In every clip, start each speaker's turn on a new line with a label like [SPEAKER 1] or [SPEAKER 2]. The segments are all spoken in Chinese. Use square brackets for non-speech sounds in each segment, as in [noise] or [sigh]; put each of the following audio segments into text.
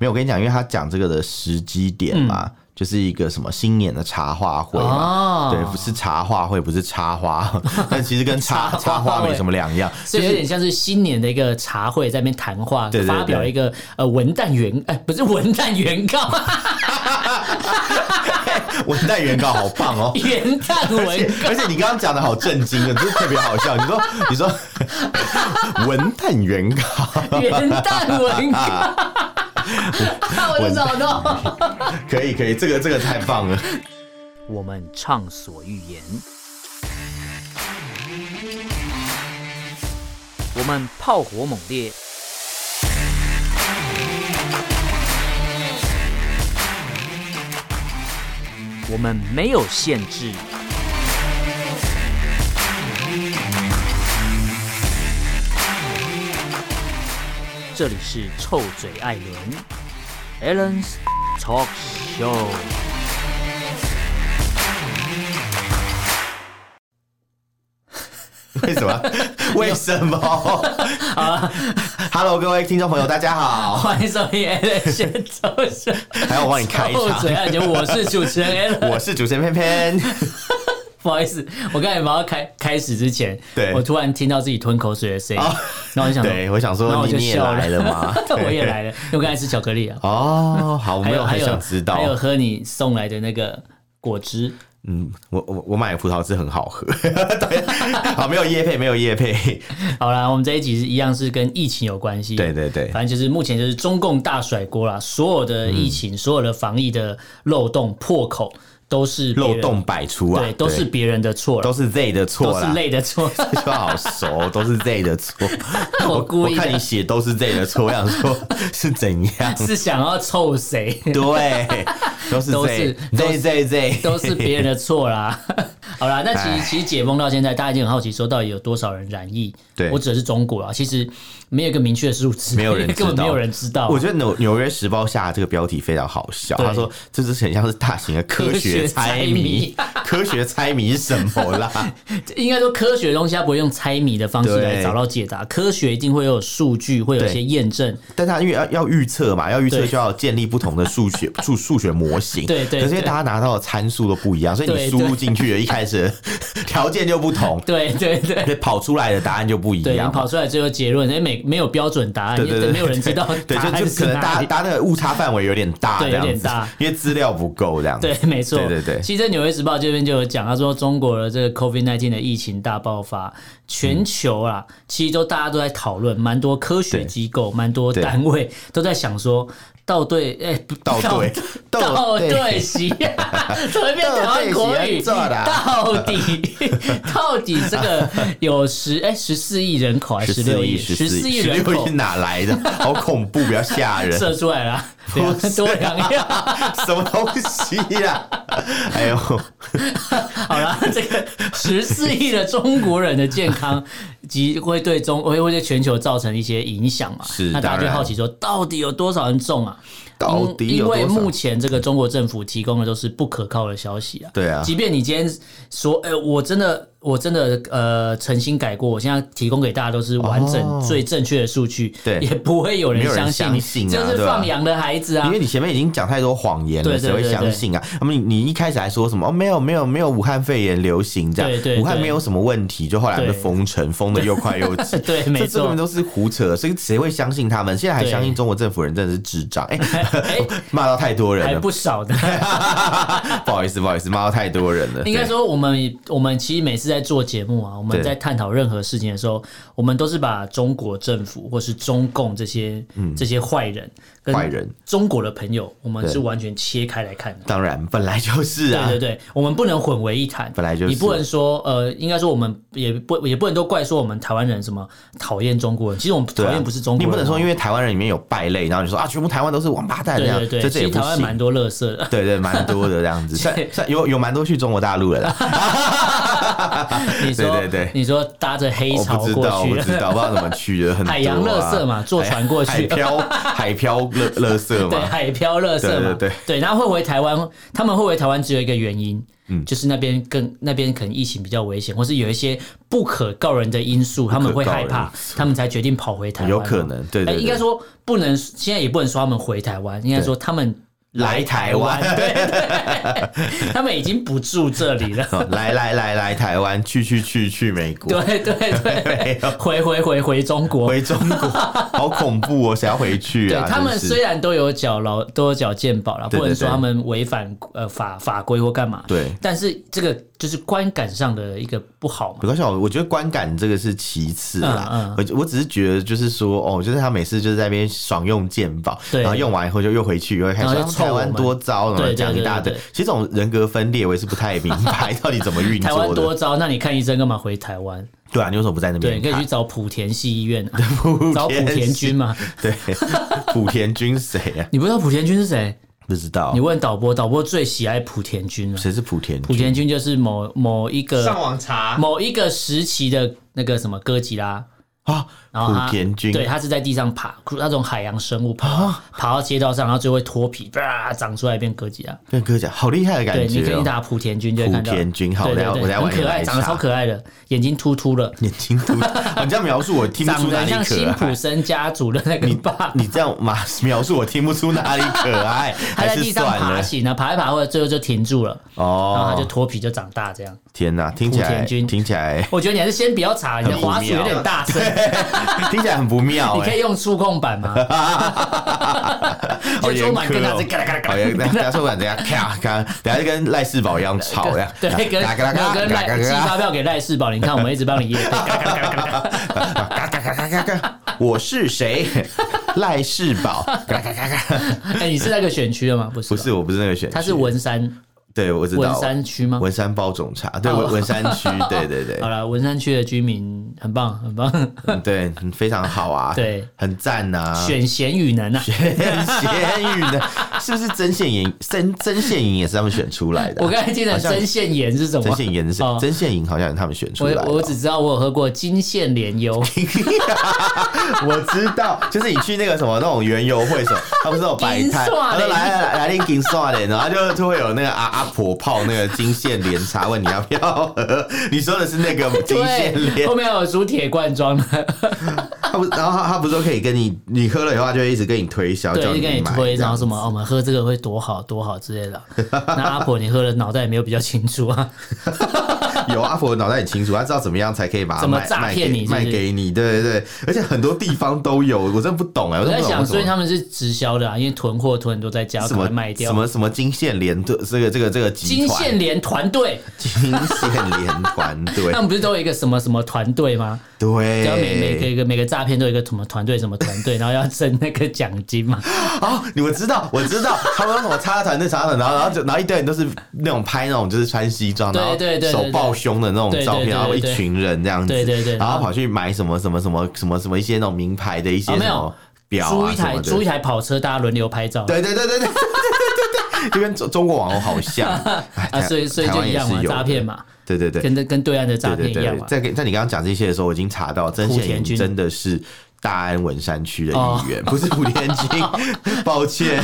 [SPEAKER 1] 没有，我跟你讲，因为他讲这个的时机点嘛，就是一个什么新年的茶话会嘛，
[SPEAKER 2] 嗯哦
[SPEAKER 1] 对，不是茶话会，不是插花， [laughs] 但其实跟
[SPEAKER 2] [laughs]
[SPEAKER 1] 茶
[SPEAKER 2] 茶
[SPEAKER 1] 插
[SPEAKER 2] 话
[SPEAKER 1] 花
[SPEAKER 2] 会
[SPEAKER 1] 没什么两样，
[SPEAKER 2] 所以有点像是新年的一个茶会，在那边谈话，
[SPEAKER 1] 对对对
[SPEAKER 2] 发表一个呃文旦原哎、不是文旦
[SPEAKER 1] [laughs]
[SPEAKER 2] 原告，。
[SPEAKER 1] 文旦原稿好棒哦
[SPEAKER 2] [laughs] 元旦
[SPEAKER 1] 而 [laughs] 且
[SPEAKER 2] 文
[SPEAKER 1] 而且你刚刚讲的好震惊的，就是特别好笑。你说你说 [laughs] 文旦原稿，
[SPEAKER 2] 元旦文
[SPEAKER 1] [laughs]
[SPEAKER 2] 告， [laughs] 我就找到。
[SPEAKER 1] 可以可以，这个这个太棒了。
[SPEAKER 2] 我们畅所欲言，我们炮火猛烈，我们没有限制。这里是臭嘴艾伦 a l l e n s Talk Show。
[SPEAKER 1] 为什么？为什么？h
[SPEAKER 2] 啊
[SPEAKER 1] e l l o 各位听众朋友，大家好，
[SPEAKER 2] [laughs] 欢迎收听 a l 先走神，
[SPEAKER 1] 还要我帮你开
[SPEAKER 2] 臭
[SPEAKER 1] 场
[SPEAKER 2] 嘴。艾伦， [laughs] 我是主持人 a l
[SPEAKER 1] 我是主持人偏
[SPEAKER 2] [laughs]
[SPEAKER 1] 偏，
[SPEAKER 2] 不好意思，我刚才忙到开开始之前，
[SPEAKER 1] 对哦
[SPEAKER 2] 我突然听到自己吞口水的声音，然后我就想说，
[SPEAKER 1] 对我想
[SPEAKER 2] 然后
[SPEAKER 1] 说
[SPEAKER 2] 嗯我
[SPEAKER 1] 你
[SPEAKER 2] 就
[SPEAKER 1] 你也
[SPEAKER 2] 笑了？
[SPEAKER 1] 来了吗
[SPEAKER 2] [laughs] 我也来了，因为我刚才吃巧克力啊，
[SPEAKER 1] 哦，好，我
[SPEAKER 2] 还
[SPEAKER 1] 没
[SPEAKER 2] 有
[SPEAKER 1] 有
[SPEAKER 2] 还
[SPEAKER 1] 很
[SPEAKER 2] 有
[SPEAKER 1] 想知道
[SPEAKER 2] 还。有喝你送来的那个果汁，
[SPEAKER 1] 嗯，我我我买的葡萄汁很好喝。 [laughs] 对，好，没有叶配，没有叶
[SPEAKER 2] [laughs]
[SPEAKER 1] 配。
[SPEAKER 2] 好啦，我们这一集是一样是跟疫情有关系，
[SPEAKER 1] 对对对，
[SPEAKER 2] 反正就是目前就是中共大甩锅啦，所有的疫情、
[SPEAKER 1] 嗯
[SPEAKER 2] 所有的防疫的漏洞、破口都是别人
[SPEAKER 1] 漏洞，百出啊，
[SPEAKER 2] 对，都是别人的错啦
[SPEAKER 1] 都，是 Z 的
[SPEAKER 2] 都
[SPEAKER 1] 错
[SPEAKER 2] 是
[SPEAKER 1] 啦。 [laughs]
[SPEAKER 2] 累的错。。
[SPEAKER 1] 这句话好熟，都是 Z 的错
[SPEAKER 2] [laughs] 我故意的
[SPEAKER 1] 我看你写都是 Z 的错，我想说
[SPEAKER 2] [laughs]
[SPEAKER 1] 是怎样？，
[SPEAKER 2] 是想要凑谁
[SPEAKER 1] [laughs]
[SPEAKER 2] [laughs]
[SPEAKER 1] 对，都是
[SPEAKER 2] 都
[SPEAKER 1] Z
[SPEAKER 2] 是都
[SPEAKER 1] Z
[SPEAKER 2] 是
[SPEAKER 1] Z Z，
[SPEAKER 2] 都是别人的错啦。 [laughs] 好啦，那其
[SPEAKER 1] 唉
[SPEAKER 2] 实其实解封到现在，大家已经很好奇，说到底有多少人染疫？
[SPEAKER 1] 对
[SPEAKER 2] 我指的是中国啊，其实没有一个明确的数字，
[SPEAKER 1] 没有人知道
[SPEAKER 2] [laughs] 根本没有人知道啊。
[SPEAKER 1] 我觉得纽纽约时报下这个标题非常好笑，
[SPEAKER 2] 对
[SPEAKER 1] 他说这是很像是大型的科学猜谜，科学猜谜是什么啦？
[SPEAKER 2] 应该说科学的东西，它不会用猜谜的方式
[SPEAKER 1] 对
[SPEAKER 2] 来找到解答，科学一定会有数据，会有一些
[SPEAKER 1] 对
[SPEAKER 2] 验证。
[SPEAKER 1] 但他因为要要预测嘛，要预测
[SPEAKER 2] 对
[SPEAKER 1] 就要建立不同的数
[SPEAKER 2] [laughs]
[SPEAKER 1] 学数数学模型，
[SPEAKER 2] 对对
[SPEAKER 1] 可是因为
[SPEAKER 2] 对
[SPEAKER 1] 大家拿到的参数都不一样，所以
[SPEAKER 2] 对
[SPEAKER 1] 你输入进去的一开始条件就不同，
[SPEAKER 2] [laughs] 对对对。
[SPEAKER 1] 对，跑出来的答案就不一
[SPEAKER 2] 对，你
[SPEAKER 1] 样嘛。
[SPEAKER 2] 跑出来最后结论，哎，没没有标准答案，
[SPEAKER 1] 对对对，
[SPEAKER 2] 没有人知道
[SPEAKER 1] [laughs] 对，
[SPEAKER 2] 答
[SPEAKER 1] 就
[SPEAKER 2] 案
[SPEAKER 1] 就是可能大
[SPEAKER 2] 哪
[SPEAKER 1] 家
[SPEAKER 2] 里。
[SPEAKER 1] 大家那个误差范围有点大，
[SPEAKER 2] 对
[SPEAKER 1] 这样
[SPEAKER 2] 有点
[SPEAKER 1] 子
[SPEAKER 2] 大
[SPEAKER 1] 因为资料不够这样子。
[SPEAKER 2] [laughs] 对，没错，
[SPEAKER 1] 对对对
[SPEAKER 2] 其实，在《纽约时报》这边就有讲，他说中国的这个 COVID 1 9的疫情大爆发，全球啊，其实都大家都在讨论，蛮多科学
[SPEAKER 1] 对
[SPEAKER 2] 机构、蛮多单位都在想说，到对，哎、不
[SPEAKER 1] 倒
[SPEAKER 2] [laughs]
[SPEAKER 1] 对，
[SPEAKER 2] 到
[SPEAKER 1] 对
[SPEAKER 2] 对席，啊
[SPEAKER 1] [laughs]
[SPEAKER 2] 怎么变台湾国语？
[SPEAKER 1] 倒对席啊
[SPEAKER 2] 啊到底到底这个有十哎十四亿人口还是十六亿？十
[SPEAKER 1] 四
[SPEAKER 2] 四亿
[SPEAKER 1] 亿，
[SPEAKER 2] 人
[SPEAKER 1] 十六
[SPEAKER 2] 口
[SPEAKER 1] 亿哪来
[SPEAKER 2] [laughs]
[SPEAKER 1] 的？好恐怖，不要吓人，
[SPEAKER 2] 射出来了，对啊
[SPEAKER 1] 不是
[SPEAKER 2] 多两样。
[SPEAKER 1] 什么东西呀、哎呦，
[SPEAKER 2] 好啦，这个十四亿的中国人的健康，及会对中会会对全球造成一些影响嘛？
[SPEAKER 1] 是
[SPEAKER 2] 那大家
[SPEAKER 1] 当
[SPEAKER 2] 就
[SPEAKER 1] 然
[SPEAKER 2] 好奇说，到底有多少人中啊？
[SPEAKER 1] 到底
[SPEAKER 2] 因
[SPEAKER 1] 有多
[SPEAKER 2] 为
[SPEAKER 1] 少
[SPEAKER 2] 目前这个中国政府提供的都是不可靠的消息啊。
[SPEAKER 1] 对啊
[SPEAKER 2] 即便你今天说，哎、我真的。我真的呃诚心改过，我现在提供给大家都是完整、
[SPEAKER 1] 哦
[SPEAKER 2] 最正确的数据，
[SPEAKER 1] 对
[SPEAKER 2] 也不会有人
[SPEAKER 1] 没有人
[SPEAKER 2] 相信你，
[SPEAKER 1] 相信啊
[SPEAKER 2] 这是
[SPEAKER 1] 对啊
[SPEAKER 2] 放羊的孩子啊，
[SPEAKER 1] 因为你前面已经讲太多谎言
[SPEAKER 2] 对
[SPEAKER 1] 了，
[SPEAKER 2] 对
[SPEAKER 1] 谁会
[SPEAKER 2] 对
[SPEAKER 1] 相
[SPEAKER 2] 对
[SPEAKER 1] 信啊？那么你你一开始还说什么？哦，没有没有没有，武汉肺炎流行这样，
[SPEAKER 2] 对对
[SPEAKER 1] 武汉
[SPEAKER 2] 对
[SPEAKER 1] 没有什么问题，就后来
[SPEAKER 2] 对，
[SPEAKER 1] 被封城，封的又快又急
[SPEAKER 2] [laughs] 对
[SPEAKER 1] 这
[SPEAKER 2] 没
[SPEAKER 1] 这
[SPEAKER 2] 错
[SPEAKER 1] 根本都是胡扯，所以谁会相信他们？现在还
[SPEAKER 2] 对
[SPEAKER 1] 相信中国政府人真的是智障，哎、
[SPEAKER 2] 哎
[SPEAKER 1] 骂到太 [laughs] 多人啊
[SPEAKER 2] 还
[SPEAKER 1] 了，
[SPEAKER 2] 不少的。
[SPEAKER 1] 不好意思不好意思，骂到太多人了，
[SPEAKER 2] 应该
[SPEAKER 1] 对
[SPEAKER 2] 说，我们我们其实每次在做节目啊，我们
[SPEAKER 1] 对
[SPEAKER 2] 在探讨任何事情的时候，我们都是把中国政府或是中共这些、这些坏人
[SPEAKER 1] 嗯
[SPEAKER 2] 跟
[SPEAKER 1] 坏人
[SPEAKER 2] 中国的朋友，我们
[SPEAKER 1] 对
[SPEAKER 2] 是完全切开来看的。
[SPEAKER 1] 当然本来就是啊，
[SPEAKER 2] 对对对，我们不能混为一谈，
[SPEAKER 1] 本来就是
[SPEAKER 2] 你不能说呃，应该说我们也不也不能都怪说我们台湾人什么讨厌中国人，其实我们讨
[SPEAKER 1] 对啊
[SPEAKER 2] 厌不是中国
[SPEAKER 1] 你
[SPEAKER 2] 人哦，
[SPEAKER 1] 不能说因为台湾人里面有败类，然后你说啊，全部台湾都是王八蛋这
[SPEAKER 2] 对
[SPEAKER 1] 样，
[SPEAKER 2] 对对，
[SPEAKER 1] 这
[SPEAKER 2] 其
[SPEAKER 1] 这也
[SPEAKER 2] 实台
[SPEAKER 1] 不
[SPEAKER 2] 湾蛮
[SPEAKER 1] 行。
[SPEAKER 2] 多乐色的， [laughs]
[SPEAKER 1] 对对，蛮多的这样子，算算有有蛮多去中国大陆的啦，
[SPEAKER 2] 你说
[SPEAKER 1] 对对对
[SPEAKER 2] 你说搭着黑
[SPEAKER 1] 我
[SPEAKER 2] 潮
[SPEAKER 1] 哦不知
[SPEAKER 2] 过
[SPEAKER 1] 道，我
[SPEAKER 2] 去
[SPEAKER 1] 不知道，不知道怎么去的，很多啊
[SPEAKER 2] [laughs] 海洋垃圾嘛坐船过去
[SPEAKER 1] 海海漂海漂垃垃圾
[SPEAKER 2] [laughs] 对
[SPEAKER 1] 嘛，
[SPEAKER 2] 海漂垃圾嘛，
[SPEAKER 1] 对对对
[SPEAKER 2] 然后会回台湾，他们会回台湾只有一个原因，
[SPEAKER 1] 嗯
[SPEAKER 2] 就是那边更那边可能疫情比较危险，或是有一些不可告人的因素，他们会害
[SPEAKER 1] 告人
[SPEAKER 2] 怕，他们才决定跑回台湾嘛。
[SPEAKER 1] 有可能对对
[SPEAKER 2] 哎
[SPEAKER 1] 对
[SPEAKER 2] 应该说不能，现在也不能说他们回台湾，应该说他们
[SPEAKER 1] 来台湾
[SPEAKER 2] [laughs] 对对对，他们已经不住这
[SPEAKER 1] [laughs]
[SPEAKER 2] 里了。
[SPEAKER 1] 哦来来来来台湾，去去去去美国，
[SPEAKER 2] 对对
[SPEAKER 1] [laughs] 没
[SPEAKER 2] 对，回回回回中国，
[SPEAKER 1] 回中
[SPEAKER 2] [laughs]
[SPEAKER 1] 国，好恐怖哦，谁要回去
[SPEAKER 2] 对
[SPEAKER 1] 啊？
[SPEAKER 2] 他们
[SPEAKER 1] 真是
[SPEAKER 2] 虽然都有缴劳都有缴健保啦，
[SPEAKER 1] 对对
[SPEAKER 2] 不能说
[SPEAKER 1] 对
[SPEAKER 2] 他们违反呃法法规或干嘛。
[SPEAKER 1] 对
[SPEAKER 2] 但是这个就是观感上的一个不好嘛
[SPEAKER 1] 没。关系，我我觉得观感这个是其次啦
[SPEAKER 2] 嗯。
[SPEAKER 1] 我、我只是觉得就是说，哦，就是他每次就是在那边爽用健保，
[SPEAKER 2] 对
[SPEAKER 1] 然后用完以后就又回去，又会开始
[SPEAKER 2] 然后
[SPEAKER 1] 说
[SPEAKER 2] 就
[SPEAKER 1] 他们台
[SPEAKER 2] 臭我
[SPEAKER 1] 湾
[SPEAKER 2] 们
[SPEAKER 1] 多糟，然后
[SPEAKER 2] 对对
[SPEAKER 1] 讲一
[SPEAKER 2] 对
[SPEAKER 1] 大
[SPEAKER 2] 对
[SPEAKER 1] 堆
[SPEAKER 2] 对。
[SPEAKER 1] 其实这种人格分裂，我也是不太明
[SPEAKER 2] [laughs]
[SPEAKER 1] 白到底怎么运
[SPEAKER 2] 台湾
[SPEAKER 1] 作
[SPEAKER 2] 多
[SPEAKER 1] 的。
[SPEAKER 2] 糟，那你看医生干嘛回台湾？
[SPEAKER 1] 对啊，你为什么不在那
[SPEAKER 2] 对，
[SPEAKER 1] 边
[SPEAKER 2] 你可以
[SPEAKER 1] 看？
[SPEAKER 2] 去找莆田系医院、啊，
[SPEAKER 1] [laughs]
[SPEAKER 2] 找
[SPEAKER 1] 莆
[SPEAKER 2] 莆田君嘛。
[SPEAKER 1] [laughs] 对，莆田君谁啊？
[SPEAKER 2] 你不知道莆田君是谁？
[SPEAKER 1] 不知道
[SPEAKER 2] 你，问导播，导播最喜爱莆田君了。
[SPEAKER 1] 谁是哦莆田君？
[SPEAKER 2] 莆田君就是某某一
[SPEAKER 3] 上
[SPEAKER 2] 个
[SPEAKER 3] 网查，
[SPEAKER 2] 某一个时期的那个什么哥吉拉，
[SPEAKER 1] 啊，
[SPEAKER 2] 然后
[SPEAKER 1] 莆
[SPEAKER 2] 他
[SPEAKER 1] 田君
[SPEAKER 2] 对，他是在地上爬，那种海洋生物
[SPEAKER 1] 啊
[SPEAKER 2] 爬、爬到街道上，然后就会脱皮，啪长出来变哥吉拉。
[SPEAKER 1] 跟哥讲，好厉害的感
[SPEAKER 2] 对你
[SPEAKER 1] 觉
[SPEAKER 2] 可以
[SPEAKER 1] 哦、
[SPEAKER 2] 打莆田君就会看到。
[SPEAKER 1] 莆田君好
[SPEAKER 2] 对对
[SPEAKER 1] 等下
[SPEAKER 2] 对
[SPEAKER 1] 我等下
[SPEAKER 2] 很
[SPEAKER 1] 晚点
[SPEAKER 2] 可
[SPEAKER 1] 来
[SPEAKER 2] 爱，长得
[SPEAKER 1] 查
[SPEAKER 2] 超可爱的，眼睛突突的，
[SPEAKER 1] 眼睛突，哦 [laughs] 你这样描述我听不
[SPEAKER 2] 长
[SPEAKER 1] 出哪
[SPEAKER 2] 得
[SPEAKER 1] 里
[SPEAKER 2] 像
[SPEAKER 1] 可
[SPEAKER 2] 辛
[SPEAKER 1] 爱。
[SPEAKER 2] 普森家族的那个爸。
[SPEAKER 1] 你这样马描述我听不出哪里可爱，
[SPEAKER 2] [laughs] 他
[SPEAKER 1] 还
[SPEAKER 2] 在
[SPEAKER 1] 是
[SPEAKER 2] 地上
[SPEAKER 1] 算
[SPEAKER 2] 爬
[SPEAKER 1] 了
[SPEAKER 2] 行啊，爬一爬，或者最后就停住了，然后他就
[SPEAKER 1] 哦。
[SPEAKER 2] 脱皮就长大这样。
[SPEAKER 1] 天哪，听起
[SPEAKER 2] 莆
[SPEAKER 1] 来
[SPEAKER 2] 田君
[SPEAKER 1] 听起来 [laughs]
[SPEAKER 2] 我觉得你还是先不要查，你的
[SPEAKER 1] 很不
[SPEAKER 2] 滑鼠有
[SPEAKER 1] 妙
[SPEAKER 2] 点大
[SPEAKER 1] [laughs]
[SPEAKER 2] 声，
[SPEAKER 1] 听起来很不妙
[SPEAKER 2] 你可 [laughs]
[SPEAKER 1] 哎、
[SPEAKER 2] 以用触控板吗？
[SPEAKER 1] [laughs] 好
[SPEAKER 2] [laughs] 就
[SPEAKER 1] 严
[SPEAKER 2] 充满
[SPEAKER 1] 苛
[SPEAKER 2] 跟他
[SPEAKER 1] 哦
[SPEAKER 2] 是嘎啦嘎啦嘎
[SPEAKER 1] 好
[SPEAKER 2] 啦
[SPEAKER 1] 严，
[SPEAKER 2] [laughs]
[SPEAKER 1] 等下说完，等下咔咔，等下就跟赖世宝一样吵呀，
[SPEAKER 2] 对，跟
[SPEAKER 1] 嘎嘎嘎
[SPEAKER 2] 没有跟
[SPEAKER 1] 嘎
[SPEAKER 2] 赖
[SPEAKER 1] 嘎
[SPEAKER 2] 寄
[SPEAKER 1] 嘎
[SPEAKER 2] 发票给赖世宝，你看我们一直帮你验，
[SPEAKER 1] [laughs] 嘎嘎嘎嘎嘎，我是谁？ [laughs] 赖世宝，嘎嘎嘎嘎，
[SPEAKER 2] 哎，你是那个选区的吗？不是，哦
[SPEAKER 1] 不是，，我不是那个选，
[SPEAKER 2] 他是，文山
[SPEAKER 1] 对我知道
[SPEAKER 2] 文山区吗？
[SPEAKER 1] 文山包种茶，对
[SPEAKER 2] 哦
[SPEAKER 1] 文文山
[SPEAKER 2] [laughs]
[SPEAKER 1] 区，对对对
[SPEAKER 2] 好了，文山区的居民很棒，很棒，
[SPEAKER 1] 嗯对，非常好啊，
[SPEAKER 2] 对，
[SPEAKER 1] 很赞呐， [laughs]
[SPEAKER 2] 选贤与能啊！
[SPEAKER 1] 咸鱼呢？是不是曾宪颖？曾曾宪颖也是他们选出来的啊、
[SPEAKER 2] 我刚才听成
[SPEAKER 1] 像
[SPEAKER 2] 针线盐是什么？
[SPEAKER 1] 曾宪颖是
[SPEAKER 2] 哦
[SPEAKER 1] 曾宪颖，好像也是他们选出来的啊、
[SPEAKER 2] 我我只知道我有喝过金线莲油，
[SPEAKER 1] 我知道，就是你去那个什么那种园游会什么，他不是那种摆摊，
[SPEAKER 2] 金
[SPEAKER 1] 他
[SPEAKER 2] 蒜
[SPEAKER 1] 说
[SPEAKER 2] 嘞
[SPEAKER 1] 来来来来点金蒜脸，然后就就会有那个阿阿婆泡那个金线莲茶，问你要不要喝？你说的是那个金线
[SPEAKER 2] 对，
[SPEAKER 1] 莲
[SPEAKER 2] 后，面有煮铁罐装的，
[SPEAKER 1] 他不，然后他他不是说可以跟你，你喝了以后，他就会一直跟你推销，
[SPEAKER 2] 对，
[SPEAKER 1] 叫
[SPEAKER 2] 就跟
[SPEAKER 1] 你
[SPEAKER 2] 你
[SPEAKER 1] 买
[SPEAKER 2] 推，
[SPEAKER 1] 这
[SPEAKER 2] 然
[SPEAKER 1] 样
[SPEAKER 2] 后什么、哦我们喝这个会多好多好之类的。啊那阿婆，你喝了脑袋也没有比较清楚啊？
[SPEAKER 1] 有阿婆脑袋很清楚，他知道怎么样才可以把它
[SPEAKER 2] 怎么
[SPEAKER 1] 卖
[SPEAKER 2] 诈骗你是不
[SPEAKER 1] 卖
[SPEAKER 2] 是
[SPEAKER 1] 给卖给你，对对对，而且很多地方都有，我真的不懂哎、我
[SPEAKER 2] 我
[SPEAKER 1] 真的
[SPEAKER 2] 在
[SPEAKER 1] 不懂
[SPEAKER 2] 想，
[SPEAKER 1] 为什
[SPEAKER 2] 所以
[SPEAKER 1] 么
[SPEAKER 2] 他们是直销的啊，因为囤货囤很多在家，
[SPEAKER 1] 什
[SPEAKER 2] 赶快
[SPEAKER 1] 么
[SPEAKER 2] 卖掉
[SPEAKER 1] 什。么什么金线联队，这个这个这个集
[SPEAKER 2] 金
[SPEAKER 1] 团
[SPEAKER 2] 线联团队，
[SPEAKER 1] 金线联团队
[SPEAKER 2] 他，们不是都有一个什么什么团队吗？
[SPEAKER 1] 对，
[SPEAKER 2] 只要每每每个每个诈骗都有一个什么团队什么团队，然后要争那个奖金嘛。
[SPEAKER 1] 哦，你们知道，我知道，他们说什么插团队插团，然后然后就然后一堆人都是那种拍那种就是穿西装，然后
[SPEAKER 2] 对对对对
[SPEAKER 1] 手
[SPEAKER 2] 对
[SPEAKER 1] 抱胸的那种
[SPEAKER 2] 对对
[SPEAKER 1] 照片，
[SPEAKER 2] 对对
[SPEAKER 1] 然后一
[SPEAKER 2] 对
[SPEAKER 1] 群人这样子，
[SPEAKER 2] 对对对
[SPEAKER 1] 然后
[SPEAKER 2] 然后
[SPEAKER 1] 跑去买什么什么什么什么什么一些那种名牌的一些
[SPEAKER 2] 哦
[SPEAKER 1] 什
[SPEAKER 2] 没有
[SPEAKER 1] 么表
[SPEAKER 2] 租
[SPEAKER 1] 啊
[SPEAKER 2] 一
[SPEAKER 1] 什
[SPEAKER 2] 台
[SPEAKER 1] 么的
[SPEAKER 2] 租一台跑车，大家轮流拍照。
[SPEAKER 1] 对对对对对对对对，就跟中中国网红好像
[SPEAKER 2] 啊，所以所以就一样嘛，诈骗
[SPEAKER 1] 嘛，
[SPEAKER 2] 嘛，
[SPEAKER 1] 对对对，
[SPEAKER 2] 跟跟对岸的诈
[SPEAKER 1] 对
[SPEAKER 2] 骗
[SPEAKER 1] 对
[SPEAKER 2] 一样
[SPEAKER 1] 对
[SPEAKER 2] 嘛。。
[SPEAKER 1] 在给在你刚刚讲这些的时候，我已经查到曾
[SPEAKER 2] 莆
[SPEAKER 1] 宪
[SPEAKER 2] 田
[SPEAKER 1] 颖
[SPEAKER 2] 君哦
[SPEAKER 1] 真的是大安文山区的议员，不是莆田
[SPEAKER 2] [laughs]
[SPEAKER 1] 君，抱歉，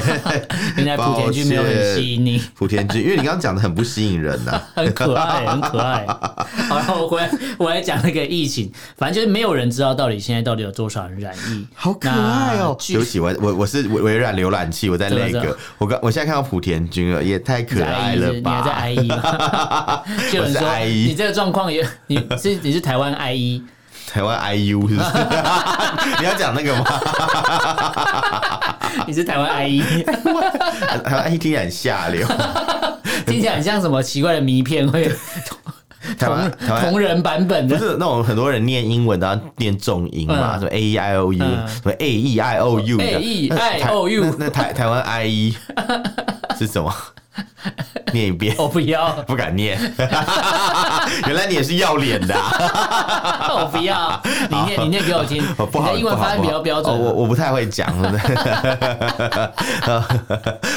[SPEAKER 2] 原来莆田君没有很吸引你， [laughs]
[SPEAKER 1] 莆田君，因为你刚刚讲的很不吸引人呐、
[SPEAKER 2] 很可爱，很可
[SPEAKER 1] [laughs]
[SPEAKER 2] 爱。好，然后我回来我来讲那个疫情，反正就是没有人知道到底现在到底有多少人染疫，
[SPEAKER 1] 好可爱哦、
[SPEAKER 2] 那
[SPEAKER 1] 对
[SPEAKER 2] 据
[SPEAKER 1] 不起，我我我是微微软浏览器，我在那
[SPEAKER 2] 真的真
[SPEAKER 1] 个
[SPEAKER 2] 的，
[SPEAKER 1] 我刚我现在看到莆田君了，也太可爱了
[SPEAKER 2] 你还在
[SPEAKER 1] 吧！
[SPEAKER 2] 哀医吗？就有人
[SPEAKER 1] 我是
[SPEAKER 2] 说
[SPEAKER 1] 哀医
[SPEAKER 2] 你这个状况也，你是你是台湾哀医，
[SPEAKER 1] 台湾 IU 是不 [laughs] 是？你要讲那个吗？ [laughs]
[SPEAKER 2] 你是台湾哀医，
[SPEAKER 1] 台湾 IU 听起来很下流。
[SPEAKER 2] 听起来很像什么奇怪的迷片会
[SPEAKER 1] 台湾
[SPEAKER 2] 同
[SPEAKER 1] 台湾
[SPEAKER 2] 同人版本
[SPEAKER 1] 不
[SPEAKER 2] 的。
[SPEAKER 1] 是那种很多人念英文都要念重音嘛，什
[SPEAKER 2] 嗯
[SPEAKER 1] 么 A E I O U，
[SPEAKER 2] 嗯
[SPEAKER 1] 什么 A E I O U，
[SPEAKER 2] A E I O U [laughs]
[SPEAKER 1] 那台那那台台湾 I E 是什么？念一遍。
[SPEAKER 2] 我不要，
[SPEAKER 1] 不敢念， [laughs] 原来你也是要脸的、
[SPEAKER 2] [laughs]
[SPEAKER 1] 啊。
[SPEAKER 2] 我不要，你念你念给我听，
[SPEAKER 1] 哦不
[SPEAKER 2] 你
[SPEAKER 1] 好，
[SPEAKER 2] 的英文
[SPEAKER 1] 不好
[SPEAKER 2] 发音比较标
[SPEAKER 1] 哦、我
[SPEAKER 2] 准。啊
[SPEAKER 1] 我不太会讲， [laughs] 真的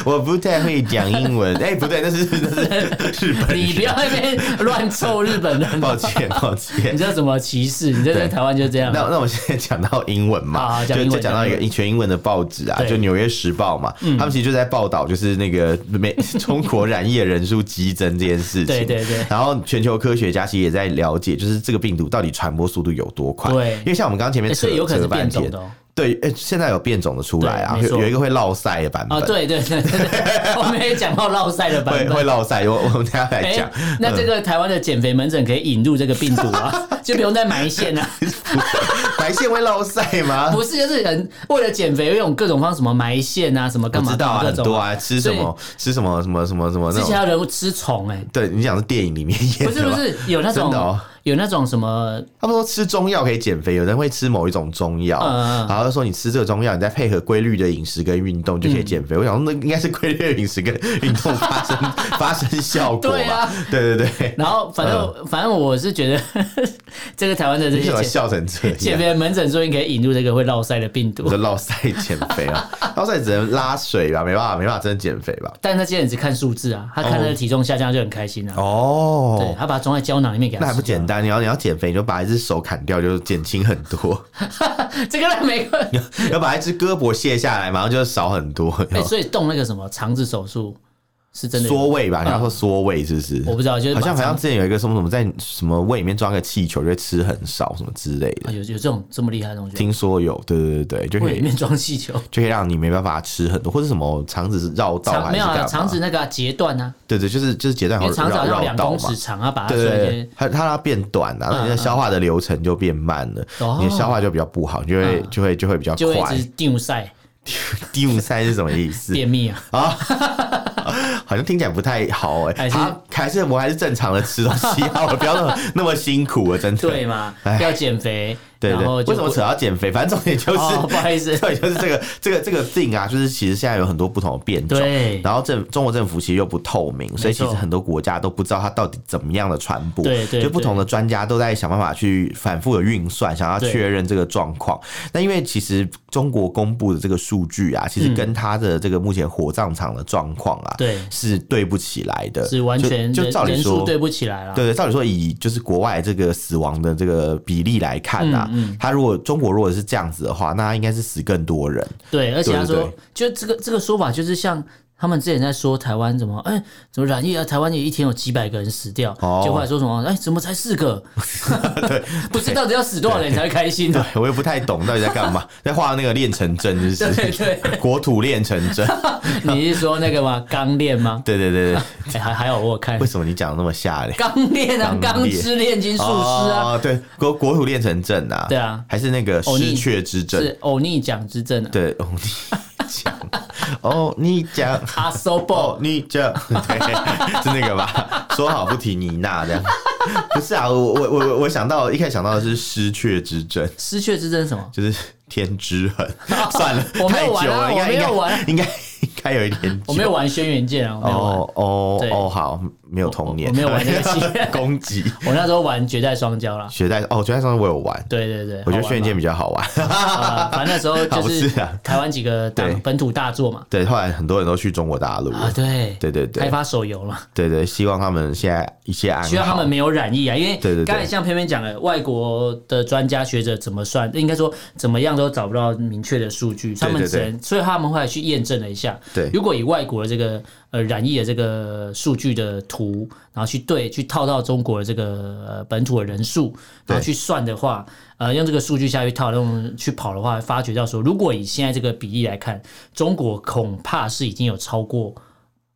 [SPEAKER 1] 我不太会讲英文。哎、不对，那是那是日本人。
[SPEAKER 2] 你不要在那边乱凑日本人，
[SPEAKER 1] 抱歉，抱歉
[SPEAKER 2] 你。知道什么歧视？你这在
[SPEAKER 1] 对
[SPEAKER 2] 台湾就这样。
[SPEAKER 1] 那那我现在讲到英文
[SPEAKER 2] 好
[SPEAKER 1] 嘛，
[SPEAKER 2] 好
[SPEAKER 1] 就
[SPEAKER 2] 嗯啊讲英文
[SPEAKER 1] 就讲到一
[SPEAKER 2] 讲
[SPEAKER 1] 个全英文的报纸啊，
[SPEAKER 2] 对嗯
[SPEAKER 1] 就《纽约时报》嘛，他们其实就在报道就是那个
[SPEAKER 2] [laughs]
[SPEAKER 1] 美中国染疫的人数激增这件事情。
[SPEAKER 2] 对对对
[SPEAKER 1] 然后全球科学家其实也在了解，就是这个病毒到底传播速度有多快。
[SPEAKER 2] 对
[SPEAKER 1] 因为像我们刚刚前面
[SPEAKER 2] 欸
[SPEAKER 1] 扯
[SPEAKER 2] 所以有可能
[SPEAKER 1] 扯
[SPEAKER 2] 是变
[SPEAKER 1] 半
[SPEAKER 2] 种
[SPEAKER 1] 天
[SPEAKER 2] 的。哦。
[SPEAKER 1] 对，哎、现在有变种的出来啊，
[SPEAKER 2] 对没错
[SPEAKER 1] 有有一个会落腮的版本，
[SPEAKER 2] 啊，对对对对对，我们也讲到落赛的版
[SPEAKER 1] 会会
[SPEAKER 2] 本。
[SPEAKER 1] 落腮，我我们等一下来
[SPEAKER 2] 哎
[SPEAKER 1] 讲。，嗯
[SPEAKER 2] 那这个台湾的减肥门诊可以引入这个病毒
[SPEAKER 1] [laughs]
[SPEAKER 2] 啊，就不用再埋线啊。
[SPEAKER 1] 白线会落腮吗？
[SPEAKER 2] 不是，就是人为了减肥，用各种方式，什么埋线啊，什么
[SPEAKER 1] 我
[SPEAKER 2] 干嘛？
[SPEAKER 1] 知道啊，
[SPEAKER 2] 各
[SPEAKER 1] 很
[SPEAKER 2] 种
[SPEAKER 1] 多。啊，吃什么吃什么什么什么什么那
[SPEAKER 2] 之
[SPEAKER 1] 种
[SPEAKER 2] 前。还有人吃虫，哎，
[SPEAKER 1] 对你讲是电影里面演的
[SPEAKER 2] 不是
[SPEAKER 1] 吧
[SPEAKER 2] 不是，有那
[SPEAKER 1] 真的
[SPEAKER 2] 种
[SPEAKER 1] 哦
[SPEAKER 2] 有那种什么
[SPEAKER 1] 他们说吃中药可以减肥，有人会吃某一种中药，
[SPEAKER 2] 嗯嗯
[SPEAKER 1] 然后就说你吃这个中药，你再配合规律的饮食跟运动就可以减
[SPEAKER 2] 嗯
[SPEAKER 1] 肥。我想说那应该是规律的饮食跟运动发
[SPEAKER 2] [laughs]
[SPEAKER 1] 生发生效果吧？
[SPEAKER 2] 对啊
[SPEAKER 1] 对对对，
[SPEAKER 2] 然后反正、反正我是觉得 [laughs] 这个台湾的
[SPEAKER 1] 嗯
[SPEAKER 2] 这
[SPEAKER 1] 你
[SPEAKER 2] 些
[SPEAKER 1] 怎么
[SPEAKER 2] 减
[SPEAKER 1] 笑成这
[SPEAKER 2] 减
[SPEAKER 1] 样？
[SPEAKER 2] 肥门诊说应该引入这个会落腮的病
[SPEAKER 1] 我
[SPEAKER 2] 毒
[SPEAKER 1] 说，落腮减肥
[SPEAKER 2] [laughs]
[SPEAKER 1] 啊，落腮只能拉水吧，没办法，没办法真的减肥吧？
[SPEAKER 2] 但他现在只看数字啊，他看他的体重下降就很开心啊。对，
[SPEAKER 1] 哦，
[SPEAKER 2] 他把它装在胶囊里面给他、
[SPEAKER 1] 那
[SPEAKER 2] 吃
[SPEAKER 1] 还不简
[SPEAKER 2] 啊？
[SPEAKER 1] 单？你要你要减肥，你就把一只手砍掉，就减轻很多； [laughs]
[SPEAKER 2] 这个让每个人、
[SPEAKER 1] 要把一只胳膊卸下来，马上就少很多。
[SPEAKER 2] 哎所以动那个什么肠子手术是真的有啊
[SPEAKER 1] 缩胃吧，人家说缩胃是不是？
[SPEAKER 2] 我不知道，就是
[SPEAKER 1] 好
[SPEAKER 2] 把
[SPEAKER 1] 像好像
[SPEAKER 2] 肠
[SPEAKER 1] 之前有一个什么什么在什么胃里面装个气球，就会吃很少什么之类
[SPEAKER 2] 啊
[SPEAKER 1] 的，
[SPEAKER 2] 有有这种这么厉害的东西，
[SPEAKER 1] 听说有，对对对对，就可
[SPEAKER 2] 胃里
[SPEAKER 1] 以
[SPEAKER 2] 面装气球。
[SPEAKER 1] 就可以让你没办法吃很多，或者什么肠子是绕道
[SPEAKER 2] 肠
[SPEAKER 1] 还
[SPEAKER 2] 没
[SPEAKER 1] 是
[SPEAKER 2] 有
[SPEAKER 1] 干
[SPEAKER 2] 啊，
[SPEAKER 1] 嘛？
[SPEAKER 2] 肠子那个啊截断啊，
[SPEAKER 1] 对对，就是就是截断
[SPEAKER 2] 因
[SPEAKER 1] 好
[SPEAKER 2] 为肠子好像
[SPEAKER 1] 绕
[SPEAKER 2] 两
[SPEAKER 1] 绕道
[SPEAKER 2] 公
[SPEAKER 1] 嘛
[SPEAKER 2] 尺。长啊，把它
[SPEAKER 1] 对
[SPEAKER 2] 做一
[SPEAKER 1] 对
[SPEAKER 2] 些
[SPEAKER 1] 对，它它让它变短了，那你的消化的流程就变慢了，
[SPEAKER 2] 嗯哦
[SPEAKER 1] 你的消化就比较不好，你就会
[SPEAKER 2] 嗯
[SPEAKER 1] 就会就会比较
[SPEAKER 2] 就
[SPEAKER 1] 快
[SPEAKER 2] 会一。直丢塞 [laughs]
[SPEAKER 1] 第五塞是什么意思？[laughs]
[SPEAKER 2] 便秘啊。
[SPEAKER 1] 好像听起来不太好
[SPEAKER 2] 还
[SPEAKER 1] 哎。
[SPEAKER 2] 是
[SPEAKER 1] 好，还是我还是正常的吃东
[SPEAKER 2] [laughs]
[SPEAKER 1] 西好了，不要那么那么辛苦啊了，真的。
[SPEAKER 2] 对嘛，要减肥，
[SPEAKER 1] 哎对
[SPEAKER 2] 然
[SPEAKER 1] 对，
[SPEAKER 2] 后
[SPEAKER 1] 为
[SPEAKER 2] 就
[SPEAKER 1] 什么扯到减肥？反正重点就是，
[SPEAKER 2] 哦不好意
[SPEAKER 1] [laughs]
[SPEAKER 2] 思
[SPEAKER 1] 对，就是这个这个这个 thing 啊，就是其实现在有很多不同的变种，
[SPEAKER 2] 对
[SPEAKER 1] 然后政中国政府其实又不透明，所以其
[SPEAKER 2] 没
[SPEAKER 1] 实
[SPEAKER 2] 错
[SPEAKER 1] 很多国家都不知道它到底怎么样的传播，
[SPEAKER 2] 对对
[SPEAKER 1] 就不同的专家都在想办法去反复的运算，想要
[SPEAKER 2] 对
[SPEAKER 1] 确认这个状况。那因为其实中国公布的这个数据啊，其实跟它的这个目前火葬场的状况啊，
[SPEAKER 2] 嗯对
[SPEAKER 1] 是对不起来的，
[SPEAKER 2] 是完全
[SPEAKER 1] 就就
[SPEAKER 2] 人
[SPEAKER 1] 照理
[SPEAKER 2] 人
[SPEAKER 1] 说
[SPEAKER 2] 数对不起来了。
[SPEAKER 1] 对对，照理说以就是国外这个死亡的这个比例来看呐、啊，
[SPEAKER 2] 嗯
[SPEAKER 1] 他如果中国如果是这样子的话，那应该是死更多
[SPEAKER 2] [laughs]
[SPEAKER 1] 人。
[SPEAKER 2] 对，而且他
[SPEAKER 1] 对
[SPEAKER 2] 说
[SPEAKER 1] 对，
[SPEAKER 2] 就这个这个说法，就是像他们之前在说台湾怎么，哎、怎么染疫啊？台湾也一天有几百个人死掉，
[SPEAKER 1] 哦
[SPEAKER 2] 结果还说什么，哎、怎么才四
[SPEAKER 1] [laughs]
[SPEAKER 2] 个？ [laughs] 不知道底要死多少人才会开心呢、啊
[SPEAKER 1] 对我也不太懂到底在干嘛，在画那个炼成针，就是
[SPEAKER 2] [laughs] 对对
[SPEAKER 1] 国土炼成针。
[SPEAKER 2] [laughs] 你是说那个吗？钢炼吗？
[SPEAKER 1] 对对对对，
[SPEAKER 2] 哎还还好我有看
[SPEAKER 1] 为什么你讲得那么吓人？
[SPEAKER 2] 钢炼啊，
[SPEAKER 1] 钢
[SPEAKER 2] 钢
[SPEAKER 1] 炼
[SPEAKER 2] 之炼金术师啊，
[SPEAKER 1] 哦，对，国国土炼成阵啊，
[SPEAKER 2] 对啊
[SPEAKER 1] 还是那个
[SPEAKER 2] 哦你
[SPEAKER 1] 失鹊之阵，
[SPEAKER 2] 是欧尼奖之证啊，
[SPEAKER 1] 对，哦你讲，
[SPEAKER 2] [laughs]
[SPEAKER 1] 哦你讲，
[SPEAKER 2] 阿搜
[SPEAKER 1] 哦
[SPEAKER 2] ball，
[SPEAKER 1] 你讲， [laughs] 对，是那个
[SPEAKER 2] [laughs]
[SPEAKER 1] 吧？说好不提妮娜这样，不是啊？我我我我想到一开始想到的是失鹊之症，
[SPEAKER 2] 失血之证是什么？
[SPEAKER 1] 就是天之
[SPEAKER 2] [laughs]
[SPEAKER 1] 痕，算了，
[SPEAKER 2] 我没
[SPEAKER 1] 太
[SPEAKER 2] 有
[SPEAKER 1] 久
[SPEAKER 2] 玩啊
[SPEAKER 1] 了，应该
[SPEAKER 2] 我没有
[SPEAKER 1] 应该
[SPEAKER 2] 玩
[SPEAKER 1] 应该应该有一点久。
[SPEAKER 2] 我没有玩轩辕剑啊，我没有玩。
[SPEAKER 1] 哦哦
[SPEAKER 2] 对
[SPEAKER 1] 哦，好，没有童年，
[SPEAKER 2] 我我没有玩这个戏
[SPEAKER 1] [laughs] 攻击
[SPEAKER 2] 我那时候玩绝代双骄啦。
[SPEAKER 1] 学在哦，学在上面我有玩，
[SPEAKER 2] 对对对，
[SPEAKER 1] 我觉得
[SPEAKER 2] 好玩
[SPEAKER 1] 轩辕剑
[SPEAKER 2] 嘛
[SPEAKER 1] 比较好玩。
[SPEAKER 2] 啊，反正那时候就
[SPEAKER 1] 好事啊
[SPEAKER 2] 台湾几个大
[SPEAKER 1] 对
[SPEAKER 2] 本土大作嘛，
[SPEAKER 1] 对，后来很多人都去中国大陆了，
[SPEAKER 2] 啊对
[SPEAKER 1] 对对
[SPEAKER 2] 开
[SPEAKER 1] 对
[SPEAKER 2] 发手游嘛，
[SPEAKER 1] 对对，希望他们现在一切安好。
[SPEAKER 2] 需要他们没有染疫啊，因
[SPEAKER 1] 对
[SPEAKER 2] 为
[SPEAKER 1] 对对
[SPEAKER 2] 刚才像偏偏讲了，外国的专家学者怎么算，应该说怎么样都找不到明确的数据，他们
[SPEAKER 1] 对
[SPEAKER 2] 只
[SPEAKER 1] 对
[SPEAKER 2] 能，所以他们后来去验证了一下，
[SPEAKER 1] 对
[SPEAKER 2] 如果以外国的这个呃染疫的这个数据的图，然后去对去套到中国的这个呃本土的人数，然
[SPEAKER 1] 对
[SPEAKER 2] 后去算的话，呃，用这个数据下去套，用去跑的话，发觉到说，如果以现在这个比例来看，中国恐怕是已经有超过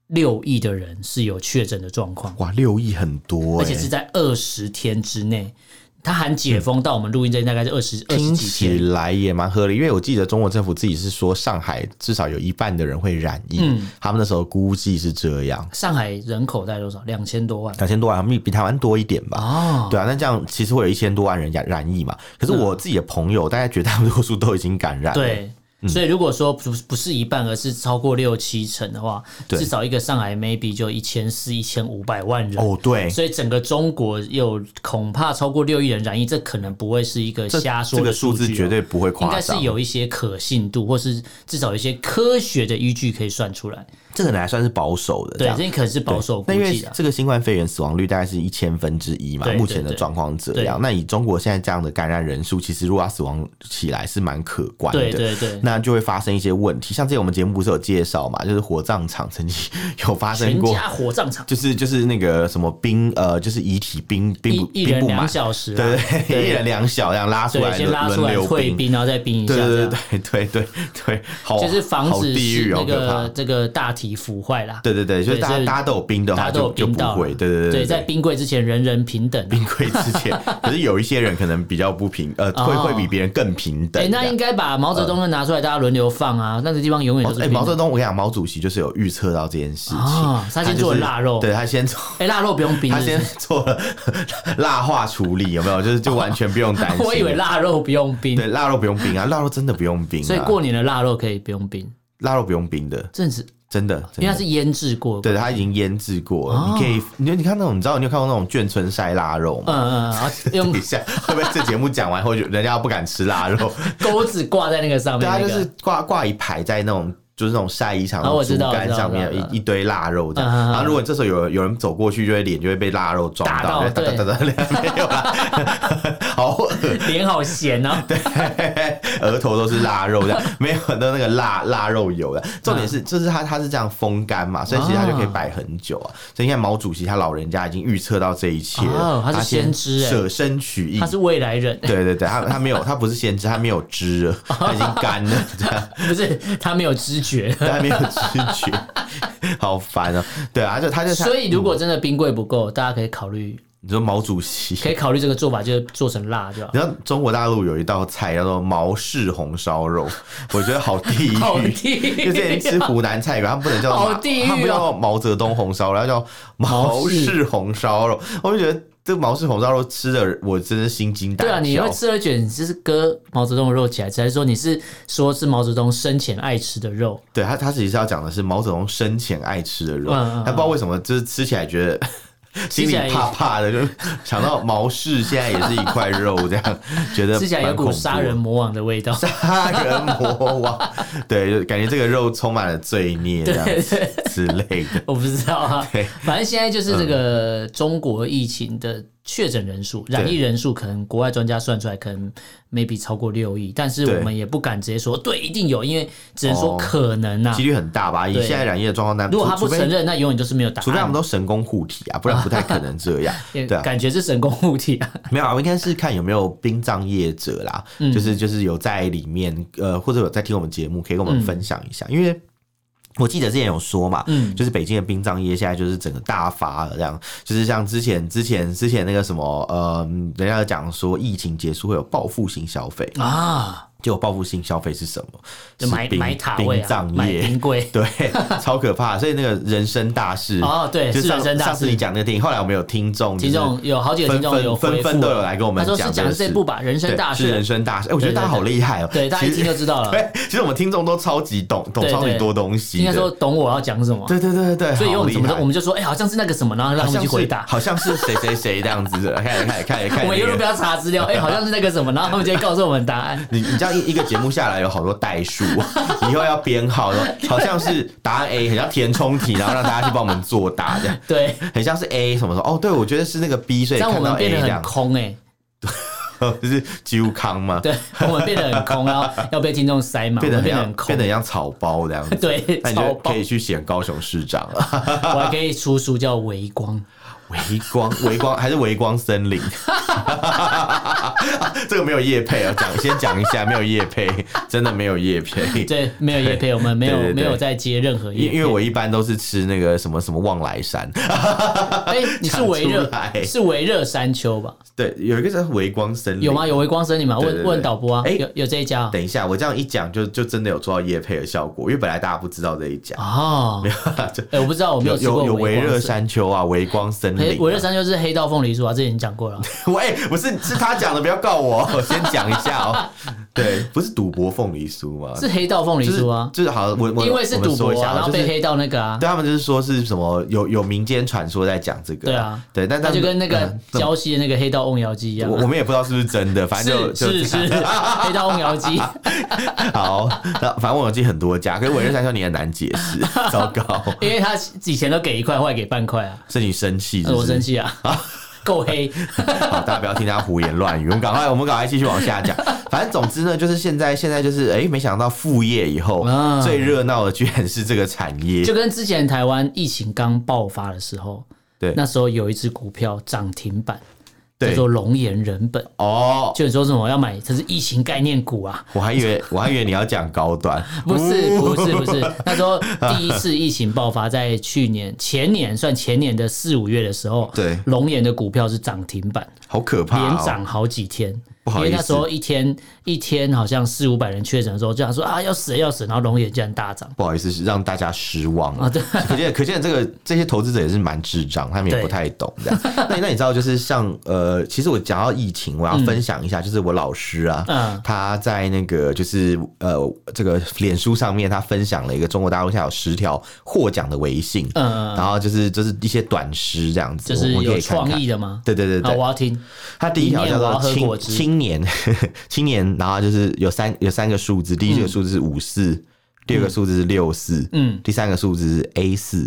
[SPEAKER 2] 六亿的人是有确诊的状况，
[SPEAKER 1] 哇，六亿很多、欸，
[SPEAKER 2] 而且是在二十天之内。它含解封到我们录音这大概是二十二十
[SPEAKER 1] 听
[SPEAKER 2] 几
[SPEAKER 1] 起
[SPEAKER 2] 天，
[SPEAKER 1] 来也蛮合理，因为我记得中国政府自己是说上海至少有一半的人会染疫，
[SPEAKER 2] 嗯
[SPEAKER 1] 他们那时候估计是这样，
[SPEAKER 2] 上海人口大概多少？两千多万
[SPEAKER 1] 两千多万，他们比台湾多一点吧。
[SPEAKER 2] 哦，
[SPEAKER 1] 对啊，那这样其实会有一千多万人染染疫嘛。可是我自己的朋友，大概绝大多数都已经感染了。嗯
[SPEAKER 2] 对，所以如果说不不是一半，而是超过六七成的话，
[SPEAKER 1] 对
[SPEAKER 2] 至少一个上海 maybe 就一千四、一千五百万人。
[SPEAKER 1] 哦，对，
[SPEAKER 2] 所以整个中国有恐怕超过六亿人染疫，这可能不会是一个
[SPEAKER 1] 这
[SPEAKER 2] 瞎说
[SPEAKER 1] 这
[SPEAKER 2] 的
[SPEAKER 1] 个数
[SPEAKER 2] 据、哦
[SPEAKER 1] 字绝。对不会
[SPEAKER 2] 应
[SPEAKER 1] 夸
[SPEAKER 2] 该是
[SPEAKER 1] 张，
[SPEAKER 2] 有一些可信度，或是至少有一些科学的依据可以算出来。
[SPEAKER 1] 这可能还算是保守的，这
[SPEAKER 2] 对，
[SPEAKER 1] 样
[SPEAKER 2] 这可能是保守估
[SPEAKER 1] 那因为
[SPEAKER 2] 计的。啊
[SPEAKER 1] 这个新冠肺炎死亡率大概是一千分之一嘛
[SPEAKER 2] 对，
[SPEAKER 1] 目前
[SPEAKER 2] 对
[SPEAKER 1] 的
[SPEAKER 2] 对
[SPEAKER 1] 状况这
[SPEAKER 2] 对
[SPEAKER 1] 样。那以中国现在这样的感染人数，其实如果要死亡起来是蛮可观
[SPEAKER 2] 对
[SPEAKER 1] 的。
[SPEAKER 2] 对对，
[SPEAKER 1] 那就会发生一些问题，像之前我们节目不是有介绍嘛，就是火葬场曾经 [laughs] 有发生
[SPEAKER 2] 全
[SPEAKER 1] 过，
[SPEAKER 2] 家火葬场，
[SPEAKER 1] 就是就是那个什么冰呃，就是遗体冰冰
[SPEAKER 2] 一
[SPEAKER 1] 不
[SPEAKER 2] 一
[SPEAKER 1] 冰
[SPEAKER 2] 人
[SPEAKER 1] 不满
[SPEAKER 2] 两，小时啊，
[SPEAKER 1] 对对 [laughs] 对，一人两小这样拉出
[SPEAKER 2] 对，
[SPEAKER 1] 来
[SPEAKER 2] 先拉
[SPEAKER 1] 轮
[SPEAKER 2] 出
[SPEAKER 1] 轮
[SPEAKER 2] 来
[SPEAKER 1] 流
[SPEAKER 2] 退
[SPEAKER 1] 冰，
[SPEAKER 2] 冰，然后再冰一下，
[SPEAKER 1] 对
[SPEAKER 2] 这
[SPEAKER 1] 对
[SPEAKER 2] 样
[SPEAKER 1] 对对对对，好，
[SPEAKER 2] 就是防
[SPEAKER 1] 好
[SPEAKER 2] 止
[SPEAKER 1] 地
[SPEAKER 2] 是
[SPEAKER 1] 狱
[SPEAKER 2] 那
[SPEAKER 1] 哦，可怕
[SPEAKER 2] 个。这个大体腐坏啦。
[SPEAKER 1] 对对对，就是
[SPEAKER 2] 对
[SPEAKER 1] 大家
[SPEAKER 2] 所以
[SPEAKER 1] 大家都有冰的
[SPEAKER 2] 大
[SPEAKER 1] 话
[SPEAKER 2] 家都有
[SPEAKER 1] 就就
[SPEAKER 2] 冰
[SPEAKER 1] 不
[SPEAKER 2] 到啦，
[SPEAKER 1] 会，对对对
[SPEAKER 2] 对，在冰柜之前人人平等啊。
[SPEAKER 1] 冰柜之
[SPEAKER 2] [laughs]
[SPEAKER 1] 前，可是有一些人可能比较不平，呃，会
[SPEAKER 2] 哦
[SPEAKER 1] 会比别人更平等
[SPEAKER 2] 哎，
[SPEAKER 1] 这样。
[SPEAKER 2] 那应该把毛泽东的拿出来，大家轮流放啊。那个地方永远
[SPEAKER 1] 毛
[SPEAKER 2] 都是
[SPEAKER 1] 哎，
[SPEAKER 2] 冰
[SPEAKER 1] 毛泽
[SPEAKER 2] 的。
[SPEAKER 1] 东，我跟你讲，毛主席就是有预测到这件事情
[SPEAKER 2] 啊，他先
[SPEAKER 1] 就是
[SPEAKER 2] 做了腊肉
[SPEAKER 1] 对他先做，
[SPEAKER 2] 哎，腊肉不用冰
[SPEAKER 1] 他
[SPEAKER 2] 是不是，
[SPEAKER 1] 先做了蜡化处理，有没有？就是就完全不用 [laughs] 担心。
[SPEAKER 2] [laughs] 我以为腊肉不用冰，
[SPEAKER 1] 对腊肉不用冰啊，腊肉真的不用冰啊，
[SPEAKER 2] 所以过年的腊肉可以不用冰，
[SPEAKER 1] 腊肉不用冰的，
[SPEAKER 2] 真的是
[SPEAKER 1] 真的，真
[SPEAKER 2] 因为它
[SPEAKER 1] 的。
[SPEAKER 2] 是腌制过的。
[SPEAKER 1] 对，它已经腌制过了，
[SPEAKER 2] 哦
[SPEAKER 1] 你可以，你你看那种，你知道你有看过那种眷村晒腊肉吗？
[SPEAKER 2] 嗯嗯，嗯啊用
[SPEAKER 1] 等 [laughs] 一下，会不会这节目讲完后，就人家不敢吃腊肉？
[SPEAKER 2] 钩子挂在那个上
[SPEAKER 1] 对
[SPEAKER 2] 面，
[SPEAKER 1] 啊，
[SPEAKER 2] 那
[SPEAKER 1] 就
[SPEAKER 2] 个
[SPEAKER 1] 是挂挂一排在那种。就是那种晒衣场
[SPEAKER 2] 啊我
[SPEAKER 1] 的
[SPEAKER 2] 知
[SPEAKER 1] 竹
[SPEAKER 2] 道
[SPEAKER 1] 竿
[SPEAKER 2] 我知道
[SPEAKER 1] 上
[SPEAKER 2] 我
[SPEAKER 1] 面
[SPEAKER 2] 知道
[SPEAKER 1] 一一堆腊肉这样，
[SPEAKER 2] 嗯嗯嗯
[SPEAKER 1] 然后如果这时候有有人走过去，就会脸就会被腊肉撞
[SPEAKER 2] 打到
[SPEAKER 1] 到，就哒哒哒哒，没有啦， [laughs] 好恶
[SPEAKER 2] 脸好咸啊。
[SPEAKER 1] 额头都是腊肉这
[SPEAKER 2] [laughs]
[SPEAKER 1] 样，没有很多那个腊腊肉油的。重点
[SPEAKER 2] 嗯
[SPEAKER 1] 是，就是它它是这样风干嘛，所以其实它就可以摆很久啊。所以你看毛主席他老人家已经预测到这一切了，
[SPEAKER 2] 哦他是
[SPEAKER 1] 先
[SPEAKER 2] 先知欸
[SPEAKER 1] 舍身取义
[SPEAKER 2] 他。是未来人，
[SPEAKER 1] 对对对，他他没有，他不是先知，他没有知
[SPEAKER 2] [laughs]
[SPEAKER 1] 了，他已经干了，这样
[SPEAKER 2] 不是他没有知觉。
[SPEAKER 1] 但他没有知
[SPEAKER 2] [laughs]
[SPEAKER 1] 觉，好烦哦。对啊，他就他 [laughs] 就
[SPEAKER 2] 所以如果真的冰柜不够，大家可以考虑，
[SPEAKER 1] 你说毛主席，
[SPEAKER 2] 可以考虑这个做法，就是做成辣就好。
[SPEAKER 1] 你知道中国大陆有一道菜叫做毛氏红烧
[SPEAKER 2] [laughs]
[SPEAKER 1] 肉，我觉得 [laughs] 好地狱，
[SPEAKER 2] 好 [laughs] 地狱
[SPEAKER 1] 就之前 [laughs] 吃湖南菜，他们不能叫
[SPEAKER 2] 好
[SPEAKER 1] 马
[SPEAKER 2] 地狱哦
[SPEAKER 1] 他们不叫毛泽东红烧肉，要叫毛氏红烧肉，我就觉得。这毛氏红烧肉吃的我真是心惊胆
[SPEAKER 2] 对
[SPEAKER 1] 跳，
[SPEAKER 2] 啊，你会吃了卷，你就是割毛泽东的肉起来吃，还是说你是说是毛泽东生前爱吃的肉？
[SPEAKER 1] 对他，他其实要讲的是毛泽东生前爱吃的肉，
[SPEAKER 2] 嗯嗯嗯
[SPEAKER 1] 他不知道为什么就是吃起来觉
[SPEAKER 2] [laughs]
[SPEAKER 1] 得心
[SPEAKER 2] 起
[SPEAKER 1] 里
[SPEAKER 2] 来
[SPEAKER 1] 怕怕的，就想到毛氏现在也是一块肉这样，觉得
[SPEAKER 2] 吃起来有
[SPEAKER 1] 蛮恐
[SPEAKER 2] 股
[SPEAKER 1] 怖
[SPEAKER 2] 杀人魔王的味道。
[SPEAKER 1] 杀人魔王，对，就感觉这个肉充满了罪孽这样
[SPEAKER 2] 对对，
[SPEAKER 1] 之类的。
[SPEAKER 2] [laughs] 我不知道啊
[SPEAKER 1] [laughs] 对，嗯
[SPEAKER 2] 反正现在就是这个中国疫情的确诊人数、染疫人数，可能国外专家算出来可能 maybe 超过六亿，但是
[SPEAKER 1] 对
[SPEAKER 2] 我们也不敢直接说对一定有，因为只能说
[SPEAKER 1] 哦
[SPEAKER 2] 可能啊
[SPEAKER 1] 几。率很大吧？以
[SPEAKER 2] 对
[SPEAKER 1] 现在染疫的状况，那
[SPEAKER 2] 如果他
[SPEAKER 1] 除
[SPEAKER 2] 不承
[SPEAKER 1] 除非
[SPEAKER 2] 认，那永远就是没有答
[SPEAKER 1] 除非他
[SPEAKER 2] 案
[SPEAKER 1] 们。都神功护体啊，不然不太可能这样。
[SPEAKER 2] 也
[SPEAKER 1] 对啊
[SPEAKER 2] 感觉是神功护体
[SPEAKER 1] [laughs]
[SPEAKER 2] 啊，
[SPEAKER 1] 没有啊，我应该是看有没有殡葬业者啦，
[SPEAKER 2] 嗯
[SPEAKER 1] 就是就是有在里面，呃，或者有在听我们节目，可以跟我们分享一下，因为。我记得之前有说嘛，
[SPEAKER 2] 嗯
[SPEAKER 1] 就是北京的殡葬业现在就是整个大发了，这样就是像之前之前之前那个什么，呃，人家有讲说疫情结束会有报复性消费，
[SPEAKER 2] 啊，
[SPEAKER 1] 就报复性消费是什么？
[SPEAKER 2] 就是买
[SPEAKER 1] 殡
[SPEAKER 2] 买塔位
[SPEAKER 1] 殡
[SPEAKER 2] 啊，
[SPEAKER 1] 葬
[SPEAKER 2] 买
[SPEAKER 1] 业
[SPEAKER 2] 冰，柜
[SPEAKER 1] [laughs] 对，超可怕。所以那个人生大事
[SPEAKER 2] 哦，对，
[SPEAKER 1] 就是上
[SPEAKER 2] 人生大
[SPEAKER 1] 上次你
[SPEAKER 2] 事。
[SPEAKER 1] 讲那个电影，后来我们有听众
[SPEAKER 2] 听
[SPEAKER 1] 就是
[SPEAKER 2] 众有好几个听
[SPEAKER 1] 纷
[SPEAKER 2] 众有
[SPEAKER 1] 纷
[SPEAKER 2] 回
[SPEAKER 1] 纷
[SPEAKER 2] 复
[SPEAKER 1] 纷
[SPEAKER 2] 啊
[SPEAKER 1] 都有来跟我
[SPEAKER 2] 他
[SPEAKER 1] 们
[SPEAKER 2] 说
[SPEAKER 1] 讲
[SPEAKER 2] 是讲
[SPEAKER 1] 这
[SPEAKER 2] 这
[SPEAKER 1] 个
[SPEAKER 2] 部
[SPEAKER 1] 事
[SPEAKER 2] 吧，人生
[SPEAKER 1] 对
[SPEAKER 2] 大
[SPEAKER 1] 是人
[SPEAKER 2] 事，
[SPEAKER 1] 生大事。哎，我觉得
[SPEAKER 2] 对
[SPEAKER 1] 大家
[SPEAKER 2] 对
[SPEAKER 1] 好厉害哦！
[SPEAKER 2] 对，大家一
[SPEAKER 1] 其实
[SPEAKER 2] 听就知道了。
[SPEAKER 1] [laughs] 对，其实我们听众都超级懂懂
[SPEAKER 2] 对
[SPEAKER 1] 超级
[SPEAKER 2] 对
[SPEAKER 1] 多东西的。
[SPEAKER 2] 应该说懂我要讲什么，
[SPEAKER 1] 对对对对对，
[SPEAKER 2] 所以
[SPEAKER 1] 好
[SPEAKER 2] 用
[SPEAKER 1] 厉
[SPEAKER 2] 什么的
[SPEAKER 1] 害
[SPEAKER 2] 我们就说，哎，好像是那个什么，然后让他
[SPEAKER 1] 好
[SPEAKER 2] 们
[SPEAKER 1] 像
[SPEAKER 2] 去回
[SPEAKER 1] 是
[SPEAKER 2] 答。
[SPEAKER 1] 好像是谁谁谁这样子的，看看看看
[SPEAKER 2] [laughs] 我们
[SPEAKER 1] 那
[SPEAKER 2] 一路
[SPEAKER 1] 个
[SPEAKER 2] 不要查
[SPEAKER 1] [laughs]
[SPEAKER 2] 资料，哎，好像是那个什么，然后他们就会告诉我们答案。
[SPEAKER 1] 你你这样一一个节目下来有好多代数， [laughs] 以后要编号，
[SPEAKER 2] [laughs]
[SPEAKER 1] 好像是答案 A，很像填充题，然后让大家去帮我们作答，这样
[SPEAKER 2] 对，
[SPEAKER 1] 很像是 A 什么什么。哦，对，我觉得是那个 B，所
[SPEAKER 2] 这
[SPEAKER 1] 以
[SPEAKER 2] 样我
[SPEAKER 1] 看到
[SPEAKER 2] 们
[SPEAKER 1] A
[SPEAKER 2] 变得
[SPEAKER 1] 这
[SPEAKER 2] 很
[SPEAKER 1] 样，
[SPEAKER 2] 空哎，
[SPEAKER 1] [laughs] 就是揪康嘛， [laughs]
[SPEAKER 2] 对，我们变得很空，然后要被听众塞满，我
[SPEAKER 1] 变得很
[SPEAKER 2] 们变得
[SPEAKER 1] 像
[SPEAKER 2] 很空
[SPEAKER 1] 变得。很像草包这样子。
[SPEAKER 2] [laughs] 对，
[SPEAKER 1] 那你
[SPEAKER 2] 超
[SPEAKER 1] 就
[SPEAKER 2] 棒
[SPEAKER 1] 可！以去选高雄市长啊了，
[SPEAKER 2] 我还可以出书叫《微光》，
[SPEAKER 1] 微 [laughs] 光微光还是微光森林， [laughs] 这个没有叶配啊，讲先讲一下，没有叶配， [laughs] 真的没有叶配。
[SPEAKER 2] 对，没有叶配，我们没有
[SPEAKER 1] 对对对
[SPEAKER 2] 没有在接任何叶
[SPEAKER 1] 因
[SPEAKER 2] 配。
[SPEAKER 1] 因为我一般都是吃那个什么什么望来山，
[SPEAKER 2] 哎，你
[SPEAKER 1] [laughs]
[SPEAKER 2] 是
[SPEAKER 1] 讲
[SPEAKER 2] 微热
[SPEAKER 1] 出来
[SPEAKER 2] 是微热山丘吧？
[SPEAKER 1] [laughs] 对，有一个叫微光森林。
[SPEAKER 2] 有吗？有微光森林吗？
[SPEAKER 1] 对对
[SPEAKER 2] 问
[SPEAKER 1] 对
[SPEAKER 2] 问导播啊，
[SPEAKER 1] 哎
[SPEAKER 2] 有有这一家啊
[SPEAKER 1] 等一下，我这样一讲就就真的有做到夜配的效果，因为本来大家不知道这一讲，
[SPEAKER 2] 哦？
[SPEAKER 1] [laughs] 就
[SPEAKER 2] 哎，我不知道，我没
[SPEAKER 1] 啊有
[SPEAKER 2] 吃过
[SPEAKER 1] 有有
[SPEAKER 2] 微
[SPEAKER 1] 微
[SPEAKER 2] 光
[SPEAKER 1] 热 [laughs]
[SPEAKER 2] 森
[SPEAKER 1] 山丘啊，微光森
[SPEAKER 2] 黑
[SPEAKER 1] 林、
[SPEAKER 2] 我热
[SPEAKER 1] 啊。
[SPEAKER 2] 山就是黑道凤梨酥啊，之前已经讲过了。
[SPEAKER 1] 喂，不是是他讲讲的不要告 [laughs] 我，我先讲一下哦。 [laughs] 对，不是赌博凤梨酥 [laughs] 吗？
[SPEAKER 2] 是黑道凤梨酥啊，
[SPEAKER 1] 就是好，我我
[SPEAKER 2] 因为是赌博
[SPEAKER 1] 我们说一下
[SPEAKER 2] 啊，然后
[SPEAKER 1] 就是
[SPEAKER 2] 被黑道那个啊，
[SPEAKER 1] 对他们就是说是什么有有民间传说在讲这个，
[SPEAKER 2] 对啊，
[SPEAKER 1] 对，但
[SPEAKER 2] 那
[SPEAKER 1] 但
[SPEAKER 2] 就跟那个
[SPEAKER 1] 嗯
[SPEAKER 2] 胶西的那个黑道瓮窑鸡一样
[SPEAKER 1] 我
[SPEAKER 2] 啊。
[SPEAKER 1] 我们也不知道是不是真的，反正就是就是 [laughs]
[SPEAKER 2] 是黑道瓮窑鸡，
[SPEAKER 1] 好，那反正我有记很多家，可是委任三兄你很难解
[SPEAKER 2] [laughs]
[SPEAKER 1] 释，糟糕，
[SPEAKER 2] 因为他以前都给一块，后来给半块啊，
[SPEAKER 1] 是你生气是不是，
[SPEAKER 2] 我生气啊， [laughs] 够
[SPEAKER 1] [laughs]
[SPEAKER 2] 黑，
[SPEAKER 1] 好，大家不要听他胡言乱语，我们赶快，我们赶快继续往下讲。反正总之呢，就是现在，现在就是，哎、没想到副业以后、
[SPEAKER 2] 啊
[SPEAKER 1] 最热闹的居然是这个产业
[SPEAKER 2] 就。跟之前台湾疫情刚爆发的时候，
[SPEAKER 1] 对
[SPEAKER 2] 那时候有一只股票涨停板，叫
[SPEAKER 1] 对
[SPEAKER 2] 做龙岩人本，
[SPEAKER 1] 哦，
[SPEAKER 2] 就你说什么要买，这是疫情概念股啊，
[SPEAKER 1] 我还以为我还以为你要讲高端，
[SPEAKER 2] 不是不是不是，那时候第一次疫情爆发，在去年前年算前年的四五月的时候，
[SPEAKER 1] 对
[SPEAKER 2] 龙岩的股票是涨停板，
[SPEAKER 1] 好可怕、
[SPEAKER 2] 连
[SPEAKER 1] 哦！
[SPEAKER 2] 涨好几天。
[SPEAKER 1] 不好意
[SPEAKER 2] 因为
[SPEAKER 1] 思
[SPEAKER 2] 那时候一天一天好像四五百人确诊的时候，就想说啊要死了要死了，然后龙岩竟然大涨。
[SPEAKER 1] 不好意思，是让大家失望了。
[SPEAKER 2] 啊对
[SPEAKER 1] 可见可见这个这些投资者也是蛮智障，他们也
[SPEAKER 2] 对
[SPEAKER 1] 不太懂这样。那那你知道，就是像呃，其实我讲到疫情，我要分享一下，就是我老师啊，
[SPEAKER 2] 嗯
[SPEAKER 1] 他在那个就是呃这个脸书上面，他分享了一个中国大陆现在有十条获奖的微信，
[SPEAKER 2] 嗯，
[SPEAKER 1] 然后就是就是一些短诗这样子，
[SPEAKER 2] 就是
[SPEAKER 1] 我们可
[SPEAKER 2] 有
[SPEAKER 1] 以看
[SPEAKER 2] 创
[SPEAKER 1] 看。
[SPEAKER 2] 意的吗？
[SPEAKER 1] 对对对
[SPEAKER 2] 好，
[SPEAKER 1] 对
[SPEAKER 2] 我，要听。
[SPEAKER 1] 它第一条叫
[SPEAKER 2] 里面我
[SPEAKER 1] 做
[SPEAKER 2] 要喝
[SPEAKER 1] 青
[SPEAKER 2] 果汁
[SPEAKER 1] 青年 [laughs] 青年，然后就是有三有三个数字，第一个数字是五四、第二个数字是六四，
[SPEAKER 2] 嗯
[SPEAKER 1] 第三个数字是 A
[SPEAKER 2] [laughs]
[SPEAKER 1] 四，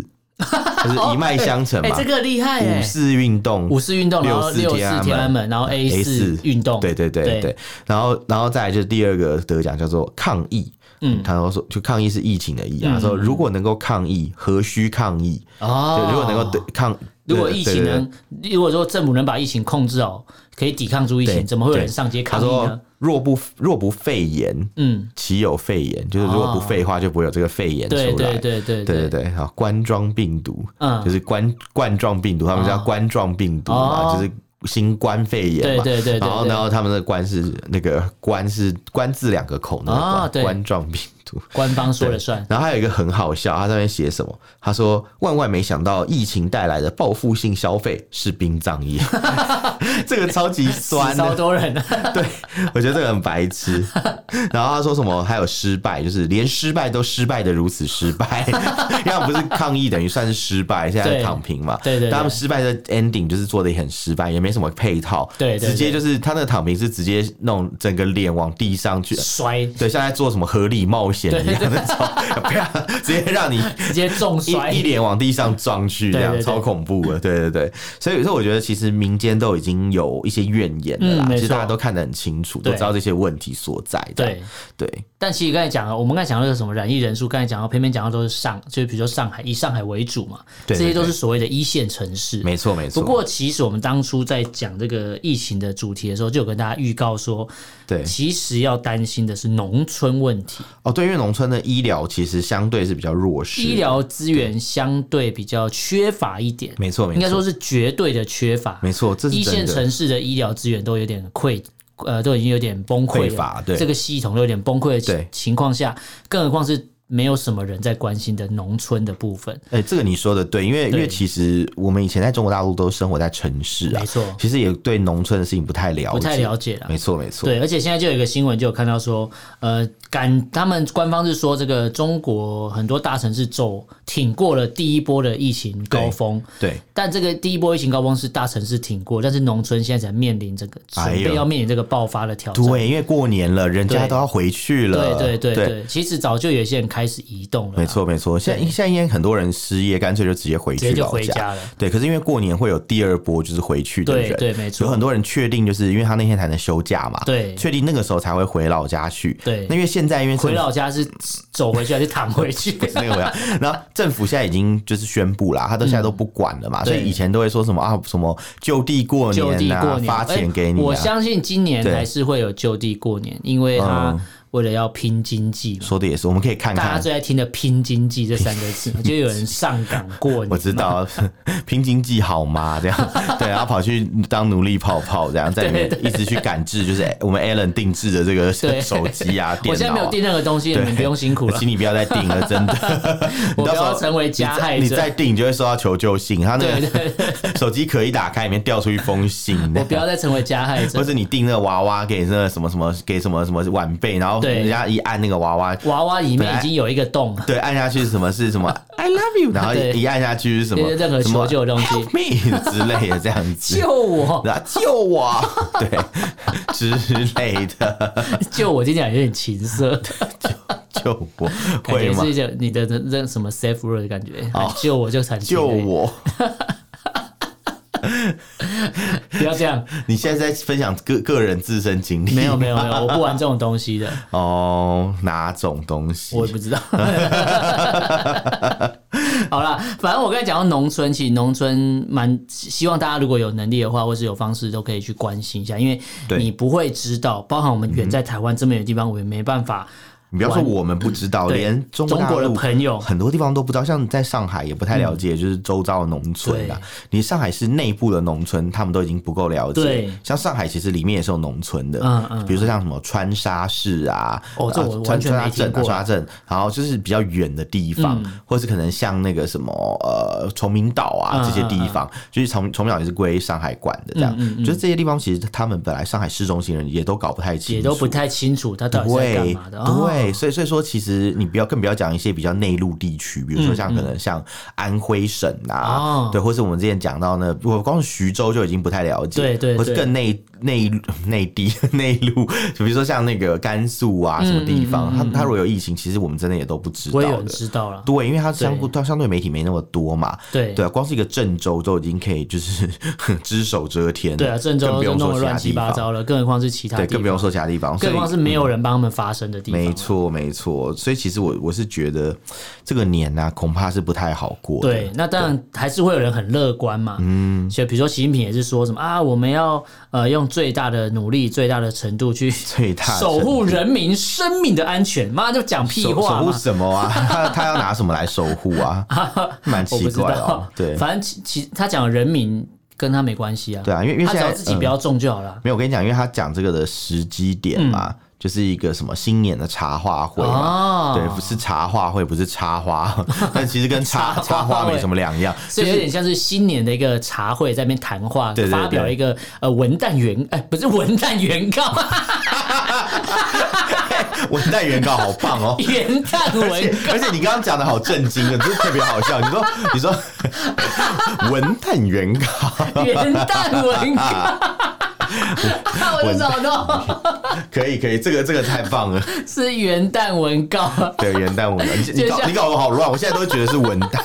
[SPEAKER 1] 就是一脉相承
[SPEAKER 2] 哎，
[SPEAKER 1] 嘛
[SPEAKER 2] 这。个厉害
[SPEAKER 1] 五
[SPEAKER 2] 哎！
[SPEAKER 1] 四运动，
[SPEAKER 2] 五四运动，然后
[SPEAKER 1] 六
[SPEAKER 2] 六
[SPEAKER 1] 四
[SPEAKER 2] 四
[SPEAKER 1] 天安门
[SPEAKER 2] 天安门，然后 A 四
[SPEAKER 1] A4
[SPEAKER 2] 运动，
[SPEAKER 1] 对对对
[SPEAKER 2] 对
[SPEAKER 1] 对，然后然后再来就是第二个得奖叫做抗疫，嗯，他说就抗疫是疫情的
[SPEAKER 2] 嗯
[SPEAKER 1] 疫啊，他说如果能够抗疫，何须抗疫？
[SPEAKER 2] 哦
[SPEAKER 1] 就，如果能够对抗，
[SPEAKER 2] 如果
[SPEAKER 1] 对
[SPEAKER 2] 疫
[SPEAKER 1] 对
[SPEAKER 2] 情
[SPEAKER 1] 对对
[SPEAKER 2] 能，如果说政府能把疫情控制好，可以抵抗住疫
[SPEAKER 1] 对
[SPEAKER 2] 情，怎么会有人
[SPEAKER 1] 对
[SPEAKER 2] 上街
[SPEAKER 1] 他
[SPEAKER 2] 抗议
[SPEAKER 1] 说
[SPEAKER 2] 呢？
[SPEAKER 1] 若不若不肺炎，
[SPEAKER 2] 嗯，
[SPEAKER 1] 岂有肺炎？就是如果不废话，就不会有这个肺炎出来。
[SPEAKER 2] 哦对对对对
[SPEAKER 1] 对对对，好，冠状病毒，
[SPEAKER 2] 嗯
[SPEAKER 1] 就是冠冠状病毒，他们叫
[SPEAKER 2] 哦
[SPEAKER 1] 冠状病毒嘛，
[SPEAKER 2] 哦
[SPEAKER 1] 就是新冠肺炎
[SPEAKER 2] 对
[SPEAKER 1] 嘛。
[SPEAKER 2] 对对对
[SPEAKER 1] 然后，
[SPEAKER 2] 对
[SPEAKER 1] 然后他们的冠是那个冠是冠字两个口那个
[SPEAKER 2] 哦
[SPEAKER 1] 冠
[SPEAKER 2] 对
[SPEAKER 1] 冠状病毒。
[SPEAKER 2] 官方说了算。
[SPEAKER 1] 然后还有一个很好笑，他上面写什么？他说：“万万没想到，疫情带来的报复性消费是殡葬
[SPEAKER 2] [laughs]
[SPEAKER 1] 业，这个超级酸
[SPEAKER 2] 死超
[SPEAKER 1] 的。”
[SPEAKER 2] 多人，
[SPEAKER 1] [laughs]
[SPEAKER 2] [laughs]
[SPEAKER 1] 对，我觉得这个很白痴。 [laughs] 然后他说什么还有失败，就是连失败都失败的如此失败， [laughs] 要不是抗议等于算是失败，现在
[SPEAKER 2] 对
[SPEAKER 1] 是躺平嘛。
[SPEAKER 2] 对对对
[SPEAKER 1] 但他们失败的 ending 就是做的也很失败，也没什么配套，
[SPEAKER 2] 对对对
[SPEAKER 1] 直接就是他那个躺平是直接弄整个脸往地上
[SPEAKER 2] [laughs]
[SPEAKER 1] 去。
[SPEAKER 2] 摔，
[SPEAKER 1] 对，像在做什么合理冒险一样那种， [laughs] 啪直接让你
[SPEAKER 2] 直接重摔
[SPEAKER 1] 一一。脸往地上撞去，这样
[SPEAKER 2] 对对对
[SPEAKER 1] 超恐怖的，对对对。所以，所以我觉得其实民间都已经有一些怨言了啦，
[SPEAKER 2] 嗯没错
[SPEAKER 1] 其实大家都看得很清楚，都
[SPEAKER 2] 对
[SPEAKER 1] 知道这些问题所在。这样
[SPEAKER 2] 对，
[SPEAKER 1] 对
[SPEAKER 2] 但其实刚才讲了，我们刚才讲到的什么染疫人数，刚才讲到偏偏讲到都是上，就是比如说上海，以上海为主嘛，
[SPEAKER 1] 对对
[SPEAKER 2] 这些都
[SPEAKER 1] 对
[SPEAKER 2] 是所谓的一线城市。
[SPEAKER 1] 没错没错。
[SPEAKER 2] 不过，其实我们当初在讲这个疫情的主题的时候，就有跟大家预告说，
[SPEAKER 1] 对
[SPEAKER 2] 其实要担心的是农村问题，
[SPEAKER 1] 哦，对，因为农村的医疗其实相对是比较弱势，
[SPEAKER 2] 医疗资源相对比较缺乏一点，
[SPEAKER 1] 没错没错，
[SPEAKER 2] 应该说是绝对的缺乏。
[SPEAKER 1] 没错，这是
[SPEAKER 2] 一
[SPEAKER 1] 真
[SPEAKER 2] 线
[SPEAKER 1] 的。
[SPEAKER 2] 城市的医疗资源都有点溃，呃，都已经有点崩溃
[SPEAKER 1] 匮
[SPEAKER 2] 了
[SPEAKER 1] 乏，对
[SPEAKER 2] 这个系统都有点崩溃的情
[SPEAKER 1] 对
[SPEAKER 2] 情况下，更何况是没有什么人在关心的农村的部分。
[SPEAKER 1] 哎、这个你说的对，因为因
[SPEAKER 2] 对
[SPEAKER 1] 为其实我们以前在中国大陆都生活在城市啊，
[SPEAKER 2] 没错
[SPEAKER 1] 其实也对农村的事情不太了解，
[SPEAKER 2] 不太了解啦
[SPEAKER 1] 没错没错，
[SPEAKER 2] 对，而且现在就有一个新闻，就有看到说，呃，赶他们官方是说，这个中国很多大城市走挺过了第一波的疫情高峰，
[SPEAKER 1] 对
[SPEAKER 2] 但这个第一波疫情高峰是大城市挺过，但是农村现在才面临这个准
[SPEAKER 1] 哎
[SPEAKER 2] 备
[SPEAKER 1] 呦
[SPEAKER 2] 要面临这个爆发的挑战。
[SPEAKER 1] 对，因为过年了，人家
[SPEAKER 2] 对
[SPEAKER 1] 都要回去了，
[SPEAKER 2] 对对
[SPEAKER 1] 对
[SPEAKER 2] 对，其实早就有一些人开始移动了，
[SPEAKER 1] 没，错没错，现在现在应该很多人失业，干脆就直接回
[SPEAKER 2] 直接
[SPEAKER 1] 去
[SPEAKER 2] 就
[SPEAKER 1] 老
[SPEAKER 2] 回
[SPEAKER 1] 家。
[SPEAKER 2] 家了。
[SPEAKER 1] 对，可是因为过年会有第二波，就是回去的
[SPEAKER 2] 对
[SPEAKER 1] 人，
[SPEAKER 2] 对，没
[SPEAKER 1] 有
[SPEAKER 2] 错
[SPEAKER 1] 很，多人确定就是因为他那天才能休假嘛，
[SPEAKER 2] 对
[SPEAKER 1] 确定那个时候才会回老家去。
[SPEAKER 2] 对
[SPEAKER 1] 那因为现在因为政府
[SPEAKER 2] 回老家是走回去还是躺回去？
[SPEAKER 1] [laughs] 那个回来，然后政府现在已经就是宣布啦，他都现在都不管了嘛，所
[SPEAKER 2] 嗯对
[SPEAKER 1] 以以前都会说什么啊什么就地过
[SPEAKER 2] 就地
[SPEAKER 1] 年啊，
[SPEAKER 2] 过年，
[SPEAKER 1] 发
[SPEAKER 2] 哎
[SPEAKER 1] 钱给你、啊，
[SPEAKER 2] 我相信今年
[SPEAKER 1] 对
[SPEAKER 2] 还是会有就地过年，因为他
[SPEAKER 1] 嗯。
[SPEAKER 2] 为了要拼经济嘛，
[SPEAKER 1] 说的也是，我们可以看
[SPEAKER 2] 大家
[SPEAKER 1] 看。
[SPEAKER 2] 最爱听的“拼经济”这三个字嘛，就有人上岗过，
[SPEAKER 1] [laughs] 我知道，
[SPEAKER 2] 嗯
[SPEAKER 1] [laughs] 拼经济好吗？这样
[SPEAKER 2] [laughs]
[SPEAKER 1] 对，然后跑去当奴隶泡泡，这样在里面
[SPEAKER 2] 对
[SPEAKER 1] 一直去赶制，就是哎我们 Alan 定制的这个
[SPEAKER 2] 对
[SPEAKER 1] 手机啊、
[SPEAKER 2] [laughs] 你知道吗。我
[SPEAKER 1] 电
[SPEAKER 2] 现在没
[SPEAKER 1] 脑
[SPEAKER 2] 有
[SPEAKER 1] 啊。
[SPEAKER 2] 订任何东西，你们不用辛苦了。
[SPEAKER 1] 请你不要再订了，真的。
[SPEAKER 2] [laughs] 我
[SPEAKER 1] 你到时候
[SPEAKER 2] 不要成为加害者
[SPEAKER 1] 你再你再订，你就会收到求救信。他那
[SPEAKER 2] 对对
[SPEAKER 1] 个手机壳一打开，里面掉出一封信。
[SPEAKER 2] 我不要再成为加害
[SPEAKER 1] 或
[SPEAKER 2] 者。
[SPEAKER 1] 者你订那个娃娃给那个什么什么给什么什么晚辈，然后
[SPEAKER 2] 对
[SPEAKER 1] 人家一按那个娃娃，
[SPEAKER 2] 娃娃里面已经有一个洞，啊
[SPEAKER 1] 对，按下去是什么是什么 I love you，然后
[SPEAKER 2] 对
[SPEAKER 1] 一一按下去是什么
[SPEAKER 2] 对任何
[SPEAKER 1] 什么
[SPEAKER 2] 求救的东西
[SPEAKER 1] help me 之类的这样
[SPEAKER 2] [laughs]
[SPEAKER 1] 子，
[SPEAKER 2] 救我！
[SPEAKER 1] 然后救我， [laughs]
[SPEAKER 2] [laughs]
[SPEAKER 1] 对之类的，
[SPEAKER 2] 救我！听起来有点情色，
[SPEAKER 1] 救我
[SPEAKER 2] 感
[SPEAKER 1] 会
[SPEAKER 2] 觉
[SPEAKER 1] 吗？
[SPEAKER 2] 是一种你的那什么 safe word 的感觉。救哦我就惨，
[SPEAKER 1] 救！我！
[SPEAKER 2] 不要这样，
[SPEAKER 1] 你现在在分享个个人自身经历？
[SPEAKER 2] [laughs] 没有没 [laughs] 有没有，我不玩这种东 [laughs] 西的，
[SPEAKER 1] 哦，哪种东西？
[SPEAKER 2] 我也不知道。 [laughs] 好啦，反正我刚才讲到农村，其实农村蛮希望大家如果有能力的话，或是有方式，都可以去关心一下，因为
[SPEAKER 1] 对
[SPEAKER 2] 你不会知道，包含我们远在台湾这么远的地方，我也没办法。
[SPEAKER 1] 你不要说我们不知道，
[SPEAKER 2] 对
[SPEAKER 1] 连中国
[SPEAKER 2] 中国的
[SPEAKER 1] 大陆
[SPEAKER 2] 朋友
[SPEAKER 1] 很多地方都不知道，像在上海也不太了解，就是周遭的农村啊
[SPEAKER 2] 嗯对。
[SPEAKER 1] 你上海市内部的农村，他们都已经不够了解
[SPEAKER 2] 对。
[SPEAKER 1] 像上海其实里面也是有农村的，
[SPEAKER 2] 嗯嗯
[SPEAKER 1] 比如说像什么川沙市啊，
[SPEAKER 2] 哦这
[SPEAKER 1] 啊
[SPEAKER 2] 我
[SPEAKER 1] 川
[SPEAKER 2] 完全
[SPEAKER 1] 川沙
[SPEAKER 2] 没听
[SPEAKER 1] 镇啊，
[SPEAKER 2] 过嗯
[SPEAKER 1] 川沙镇，然后就是比较远的地方，或是可能像那个什么呃崇明岛啊
[SPEAKER 2] 嗯
[SPEAKER 1] 这些地方，就是崇崇明岛也是归上海管的，这样
[SPEAKER 2] 嗯嗯，
[SPEAKER 1] 就是这些地方其实他们本来上海市中心人也都搞不太清
[SPEAKER 2] 也
[SPEAKER 1] 楚，
[SPEAKER 2] 都不太清楚他到底在干
[SPEAKER 1] 对
[SPEAKER 2] 嘛的。哦
[SPEAKER 1] 对，所以所以说，其实你不要更不要讲一些比较内陆地区，比如说像可能像安徽省
[SPEAKER 2] 嗯
[SPEAKER 1] 啊，
[SPEAKER 2] 哦
[SPEAKER 1] 对，或是我们之前讲到呢，我光是徐州就已经不太了解，
[SPEAKER 2] 对对
[SPEAKER 1] 或是
[SPEAKER 2] 对
[SPEAKER 1] 更内内内地 [laughs] 内陆，就比如说像那个甘肃啊
[SPEAKER 2] 嗯
[SPEAKER 1] 什么地方，它它如果有疫情，其实我们真的也都不知
[SPEAKER 2] 不
[SPEAKER 1] 道
[SPEAKER 2] 会有人
[SPEAKER 1] 的。
[SPEAKER 2] 知道了。
[SPEAKER 1] 对，因为它相它相对媒体没那么多嘛，
[SPEAKER 2] 对
[SPEAKER 1] 对啊，光是一个郑州都已经可以就是 [laughs] 只手遮天了，
[SPEAKER 2] 对啊，郑州
[SPEAKER 1] 更不
[SPEAKER 2] 都
[SPEAKER 1] 用
[SPEAKER 2] 弄
[SPEAKER 1] 说其
[SPEAKER 2] 得乱
[SPEAKER 1] 他
[SPEAKER 2] 七
[SPEAKER 1] 地
[SPEAKER 2] 八
[SPEAKER 1] 方，
[SPEAKER 2] 糟了，更何况是其他
[SPEAKER 1] 对，
[SPEAKER 2] 地方，
[SPEAKER 1] 更不用说其他地方，所
[SPEAKER 2] 更
[SPEAKER 1] 以
[SPEAKER 2] 何况是没有人帮他们发声的地方。啊
[SPEAKER 1] 没，错，没错。所以其实我我是觉得这个年啊，恐怕是不太好过的。
[SPEAKER 2] 对，那当然还是会有人很乐观嘛。嗯，所以比如说习近平也是说什么啊，我们要呃用最大的努力、最大的程度去
[SPEAKER 1] 最大的
[SPEAKER 2] 守护人民生命的安全。妈就讲屁
[SPEAKER 1] 守
[SPEAKER 2] 话
[SPEAKER 1] 守护
[SPEAKER 2] 嘛。
[SPEAKER 1] 什么啊？ [laughs] 他他要拿什么来守护
[SPEAKER 2] [laughs]
[SPEAKER 1] 啊？蛮
[SPEAKER 2] 我
[SPEAKER 1] 奇
[SPEAKER 2] 不知
[SPEAKER 1] 怪的
[SPEAKER 2] 道 [laughs]
[SPEAKER 1] 哦。，对，
[SPEAKER 2] 反正其其他讲人民跟他没关系啊，
[SPEAKER 1] 对啊因为因为
[SPEAKER 2] 他只
[SPEAKER 1] 现
[SPEAKER 2] 要
[SPEAKER 1] 在
[SPEAKER 2] 自己不要中就好了。
[SPEAKER 1] 没有，我跟你讲，因为他讲这个的时机点嘛，
[SPEAKER 2] 嗯
[SPEAKER 1] 就是一个什么新年的茶话会嘛。
[SPEAKER 2] 哦，
[SPEAKER 1] 对，不是茶话会，不是插花， [laughs] 但其实跟
[SPEAKER 2] [laughs]
[SPEAKER 1] 茶
[SPEAKER 2] 茶
[SPEAKER 1] 茶
[SPEAKER 2] 话
[SPEAKER 1] 花
[SPEAKER 2] 会
[SPEAKER 1] 没什么两样。 [laughs]
[SPEAKER 2] 所以有点像是新年的一个茶会，在那边谈话，
[SPEAKER 1] 对对对
[SPEAKER 2] 发表一个呃文旦原哎、不是文旦原告，！
[SPEAKER 1] 文旦原告好棒哦
[SPEAKER 2] 元旦
[SPEAKER 1] 而且
[SPEAKER 2] 文
[SPEAKER 1] [laughs] 而且你刚刚讲的好震惊的，就是特别好笑。你说 [laughs] 你说文旦原告，
[SPEAKER 2] 元旦文告。
[SPEAKER 1] [laughs]
[SPEAKER 2] 我就找到
[SPEAKER 1] 可以可以，这个这个太棒了。
[SPEAKER 2] [laughs] 是元旦文告， [laughs]
[SPEAKER 1] 对，元旦文，你
[SPEAKER 2] 就
[SPEAKER 1] 你搞
[SPEAKER 2] 像
[SPEAKER 1] 你搞得我好乱，我现在都觉得是文旦。